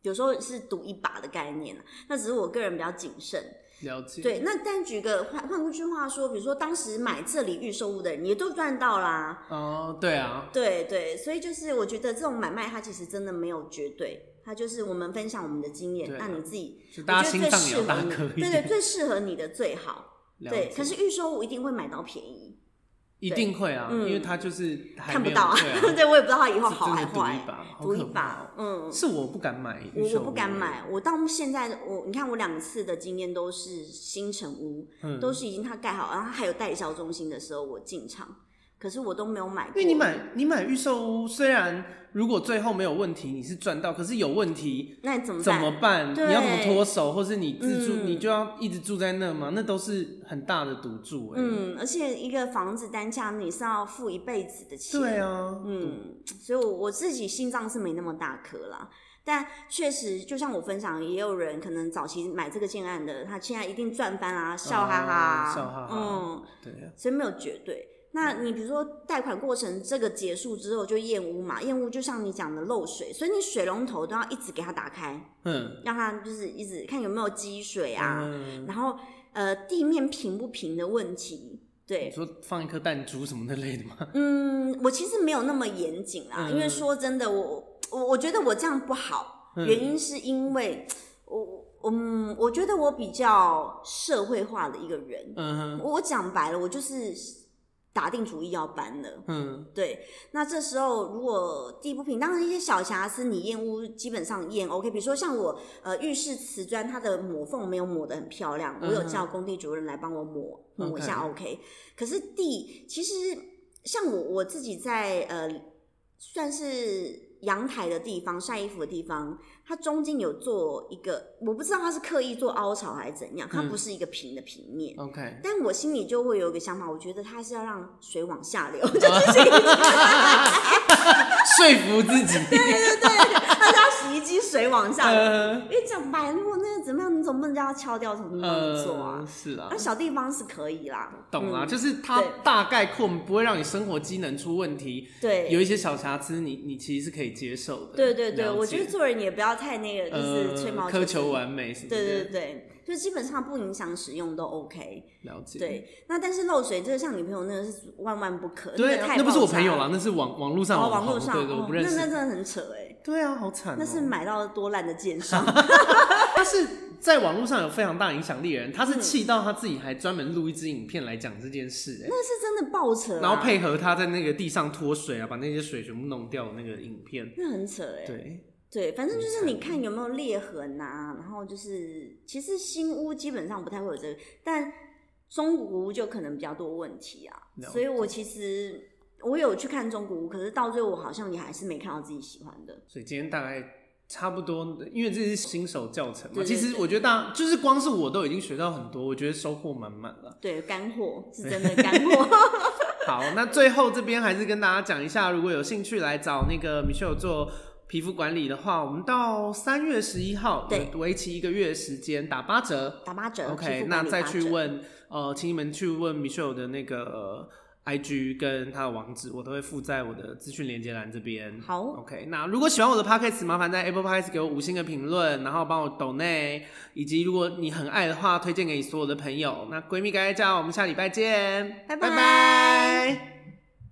Speaker 2: 有时候是赌一把的概念啊。那只是我个人比较谨慎。
Speaker 1: 了解，
Speaker 2: 对，那但举个换换句话说，比如说当时买这里预售屋的人也都赚到啦，
Speaker 1: 哦，对啊，
Speaker 2: 对对，所以就是我觉得这种买卖它其实真的没有绝对，它就是我们分享我们的经验，
Speaker 1: 对啊
Speaker 2: 那你自己
Speaker 1: 就
Speaker 2: 我
Speaker 1: 大家
Speaker 2: 觉
Speaker 1: 心
Speaker 2: 得最
Speaker 1: 脏也
Speaker 2: 适
Speaker 1: 要大
Speaker 2: 合你，
Speaker 1: 颗一
Speaker 2: 对对，
Speaker 1: 点，
Speaker 2: 最适合你的最好。
Speaker 1: 了
Speaker 2: 对，
Speaker 1: 解
Speaker 2: 可是预售屋一定会买到便宜，
Speaker 1: 一定会啊，
Speaker 2: 嗯
Speaker 1: 因为他就是还
Speaker 2: 看不
Speaker 1: 没有
Speaker 2: 到啊，
Speaker 1: 对啊，
Speaker 2: 对我也不知道它以
Speaker 1: 以
Speaker 2: 后好哎还
Speaker 1: 赌一
Speaker 2: 坏，
Speaker 1: 把，好
Speaker 2: 赌一
Speaker 1: 可怕
Speaker 2: 把
Speaker 1: 哦，
Speaker 2: 嗯。
Speaker 1: 是我不敢买，
Speaker 2: 我我不敢，买，我到现在我你看我两次的经验都是新城屋，
Speaker 1: 嗯
Speaker 2: 都是已经它盖好，然后它还有代销中心的时候我进场，可是我都没有买
Speaker 1: 因
Speaker 2: 过。
Speaker 1: 为你买你买预售屋，虽然如果最后没有问题，你是赚到，可是有问题
Speaker 2: 那你怎么
Speaker 1: 怎
Speaker 2: 办？
Speaker 1: 么办？
Speaker 2: 对
Speaker 1: 你要怎么脱手，或是你自住，
Speaker 2: 嗯
Speaker 1: 你就要一直住在那吗？那都是很大的赌注、欸。，
Speaker 2: 嗯，而且一个房子单价你是要付一辈子的钱。
Speaker 1: 对啊，
Speaker 2: 嗯，所以我我自己心脏是没那么大颗啦，但确实就像我分享，也有人可能早期买这个建案的，他现在一定赚翻啦、笑哈哈，
Speaker 1: 哦笑哈哈
Speaker 2: 嗯，
Speaker 1: 对啊，
Speaker 2: 所以没有绝对。那你比如说贷款过程这个结束之后就验屋嘛，验屋就像你讲的漏水，所以你水龙头都要一直给它打开，
Speaker 1: 嗯
Speaker 2: 让它就是一直看有没有积水啊，
Speaker 1: 嗯，
Speaker 2: 然后呃地面平不平的问题，对
Speaker 1: 你，说放一颗弹珠什么那类的吗？
Speaker 2: 嗯，我其实没有那么严谨啦，
Speaker 1: 嗯
Speaker 2: 因为说真的，我我我觉得我这样不好，
Speaker 1: 嗯
Speaker 2: 原因是因为我我嗯，我觉得我比较社会化的一个人，
Speaker 1: 嗯哼
Speaker 2: 我我讲白了，我就是打定主意要搬了。
Speaker 1: 嗯
Speaker 2: 对，那这时候如果地不平，当然一些小瑕疵你验屋基本上验 OK，比如说像我呃浴室瓷砖它的抹缝没有抹得很漂亮，我有叫工地主任来帮我抹抹一下 OK，可是地其实像我我自己在呃算是阳台的地方晒衣服的地方，它中间有做一个我不知道它是刻意做凹槽还是怎样，它
Speaker 1: 嗯
Speaker 2: 不是一个平的平面。
Speaker 1: ，OK，
Speaker 2: 但我心里就会有一个想法，我觉得它是要让水往下流， 就是这个
Speaker 1: 说服自 己，
Speaker 2: 它是要洗衣机水往下流。
Speaker 1: 呃
Speaker 2: 因为讲白了，如果那个怎么样，你总不能叫它敲掉重新帮你做
Speaker 1: 呃，
Speaker 2: 啊？
Speaker 1: 是啊
Speaker 2: 那、，小地方是可以啦，
Speaker 1: 懂啦，
Speaker 2: 嗯
Speaker 1: 就是它
Speaker 2: 对
Speaker 1: 大概括不会让你生活机能出问题，有
Speaker 2: 对。
Speaker 1: 一些小瑕疵你，你其实是可以接受的。
Speaker 2: 对对对，
Speaker 1: 了解
Speaker 2: 我觉得做人也不要太那个，就是吹毛
Speaker 1: 呃
Speaker 2: 求
Speaker 1: 苛
Speaker 2: 疵
Speaker 1: 求。完美什么的。
Speaker 2: 对对对，就基本上不影响使用都 OK。
Speaker 1: 了解。
Speaker 2: 对，那但是漏水，这个像你朋友那个是万万不可，
Speaker 1: 对
Speaker 2: 个
Speaker 1: 啊
Speaker 2: 太
Speaker 1: 那不是
Speaker 2: 爆
Speaker 1: 我
Speaker 2: 炸
Speaker 1: 朋友
Speaker 2: 了，
Speaker 1: 啦，那是网网络上
Speaker 2: 哦，
Speaker 1: 网
Speaker 2: 网络
Speaker 1: 红
Speaker 2: 上，
Speaker 1: 对对，我
Speaker 2: 哦
Speaker 1: 不，
Speaker 2: 那
Speaker 1: 认
Speaker 2: 那真
Speaker 1: 识。
Speaker 2: 的很扯哎。
Speaker 1: 对啊，好惨哦。
Speaker 2: 那是买到多烂的 奸商，
Speaker 1: 他是在网络上有非常大影响力的人，他
Speaker 2: 嗯
Speaker 1: 是气到他自己还专门录一支影片来讲这件事、哎
Speaker 2: 那是真的爆扯、啊，
Speaker 1: 然后配合他在那个地上拖水啊，把那些水全部弄掉的那个影片。
Speaker 2: 那很扯哎、
Speaker 1: 对，
Speaker 2: 对，反正就是你看有没有裂痕啊，然后就是其实新屋基本上不太会有这个，但中古屋就可能比较多问题啊
Speaker 1: 了，解
Speaker 2: 所以我其实我有去看中古屋，可是到最后我好像也还是没看到自己喜欢的，
Speaker 1: 所以今天大概差不多，因为这是新手教程嘛。
Speaker 2: 对对
Speaker 1: 其
Speaker 2: 对
Speaker 1: 实我觉得大就是光是我都已经学到很多，我觉得收获满满了。
Speaker 2: 对，干货是真的干货，
Speaker 1: 好，那最后这边还是跟大家讲一下，如果有兴趣来找那个 Michelle 做皮肤管理的话，我们到三月十一号，
Speaker 2: 对，
Speaker 1: 为期一个月时间打八折。
Speaker 2: 打八折
Speaker 1: OK，
Speaker 2: 皮肤管
Speaker 1: 那
Speaker 2: 理
Speaker 1: 再
Speaker 2: 八
Speaker 1: 去
Speaker 2: 折
Speaker 1: 问呃，请你们去问 Michelle 的那个、呃 IG 跟他的网址，我都会附在我的资讯连接栏这边。
Speaker 2: 好，
Speaker 1: OK，那如果喜欢我的 Podcast，麻烦在 Apple Podcast 给我五星的评论，然后帮我抖内，以及如果你很爱的话，推荐给你所有的朋友。那闺蜜该加油，我们下礼拜见，
Speaker 2: 拜
Speaker 1: 拜
Speaker 2: 拜
Speaker 1: 拜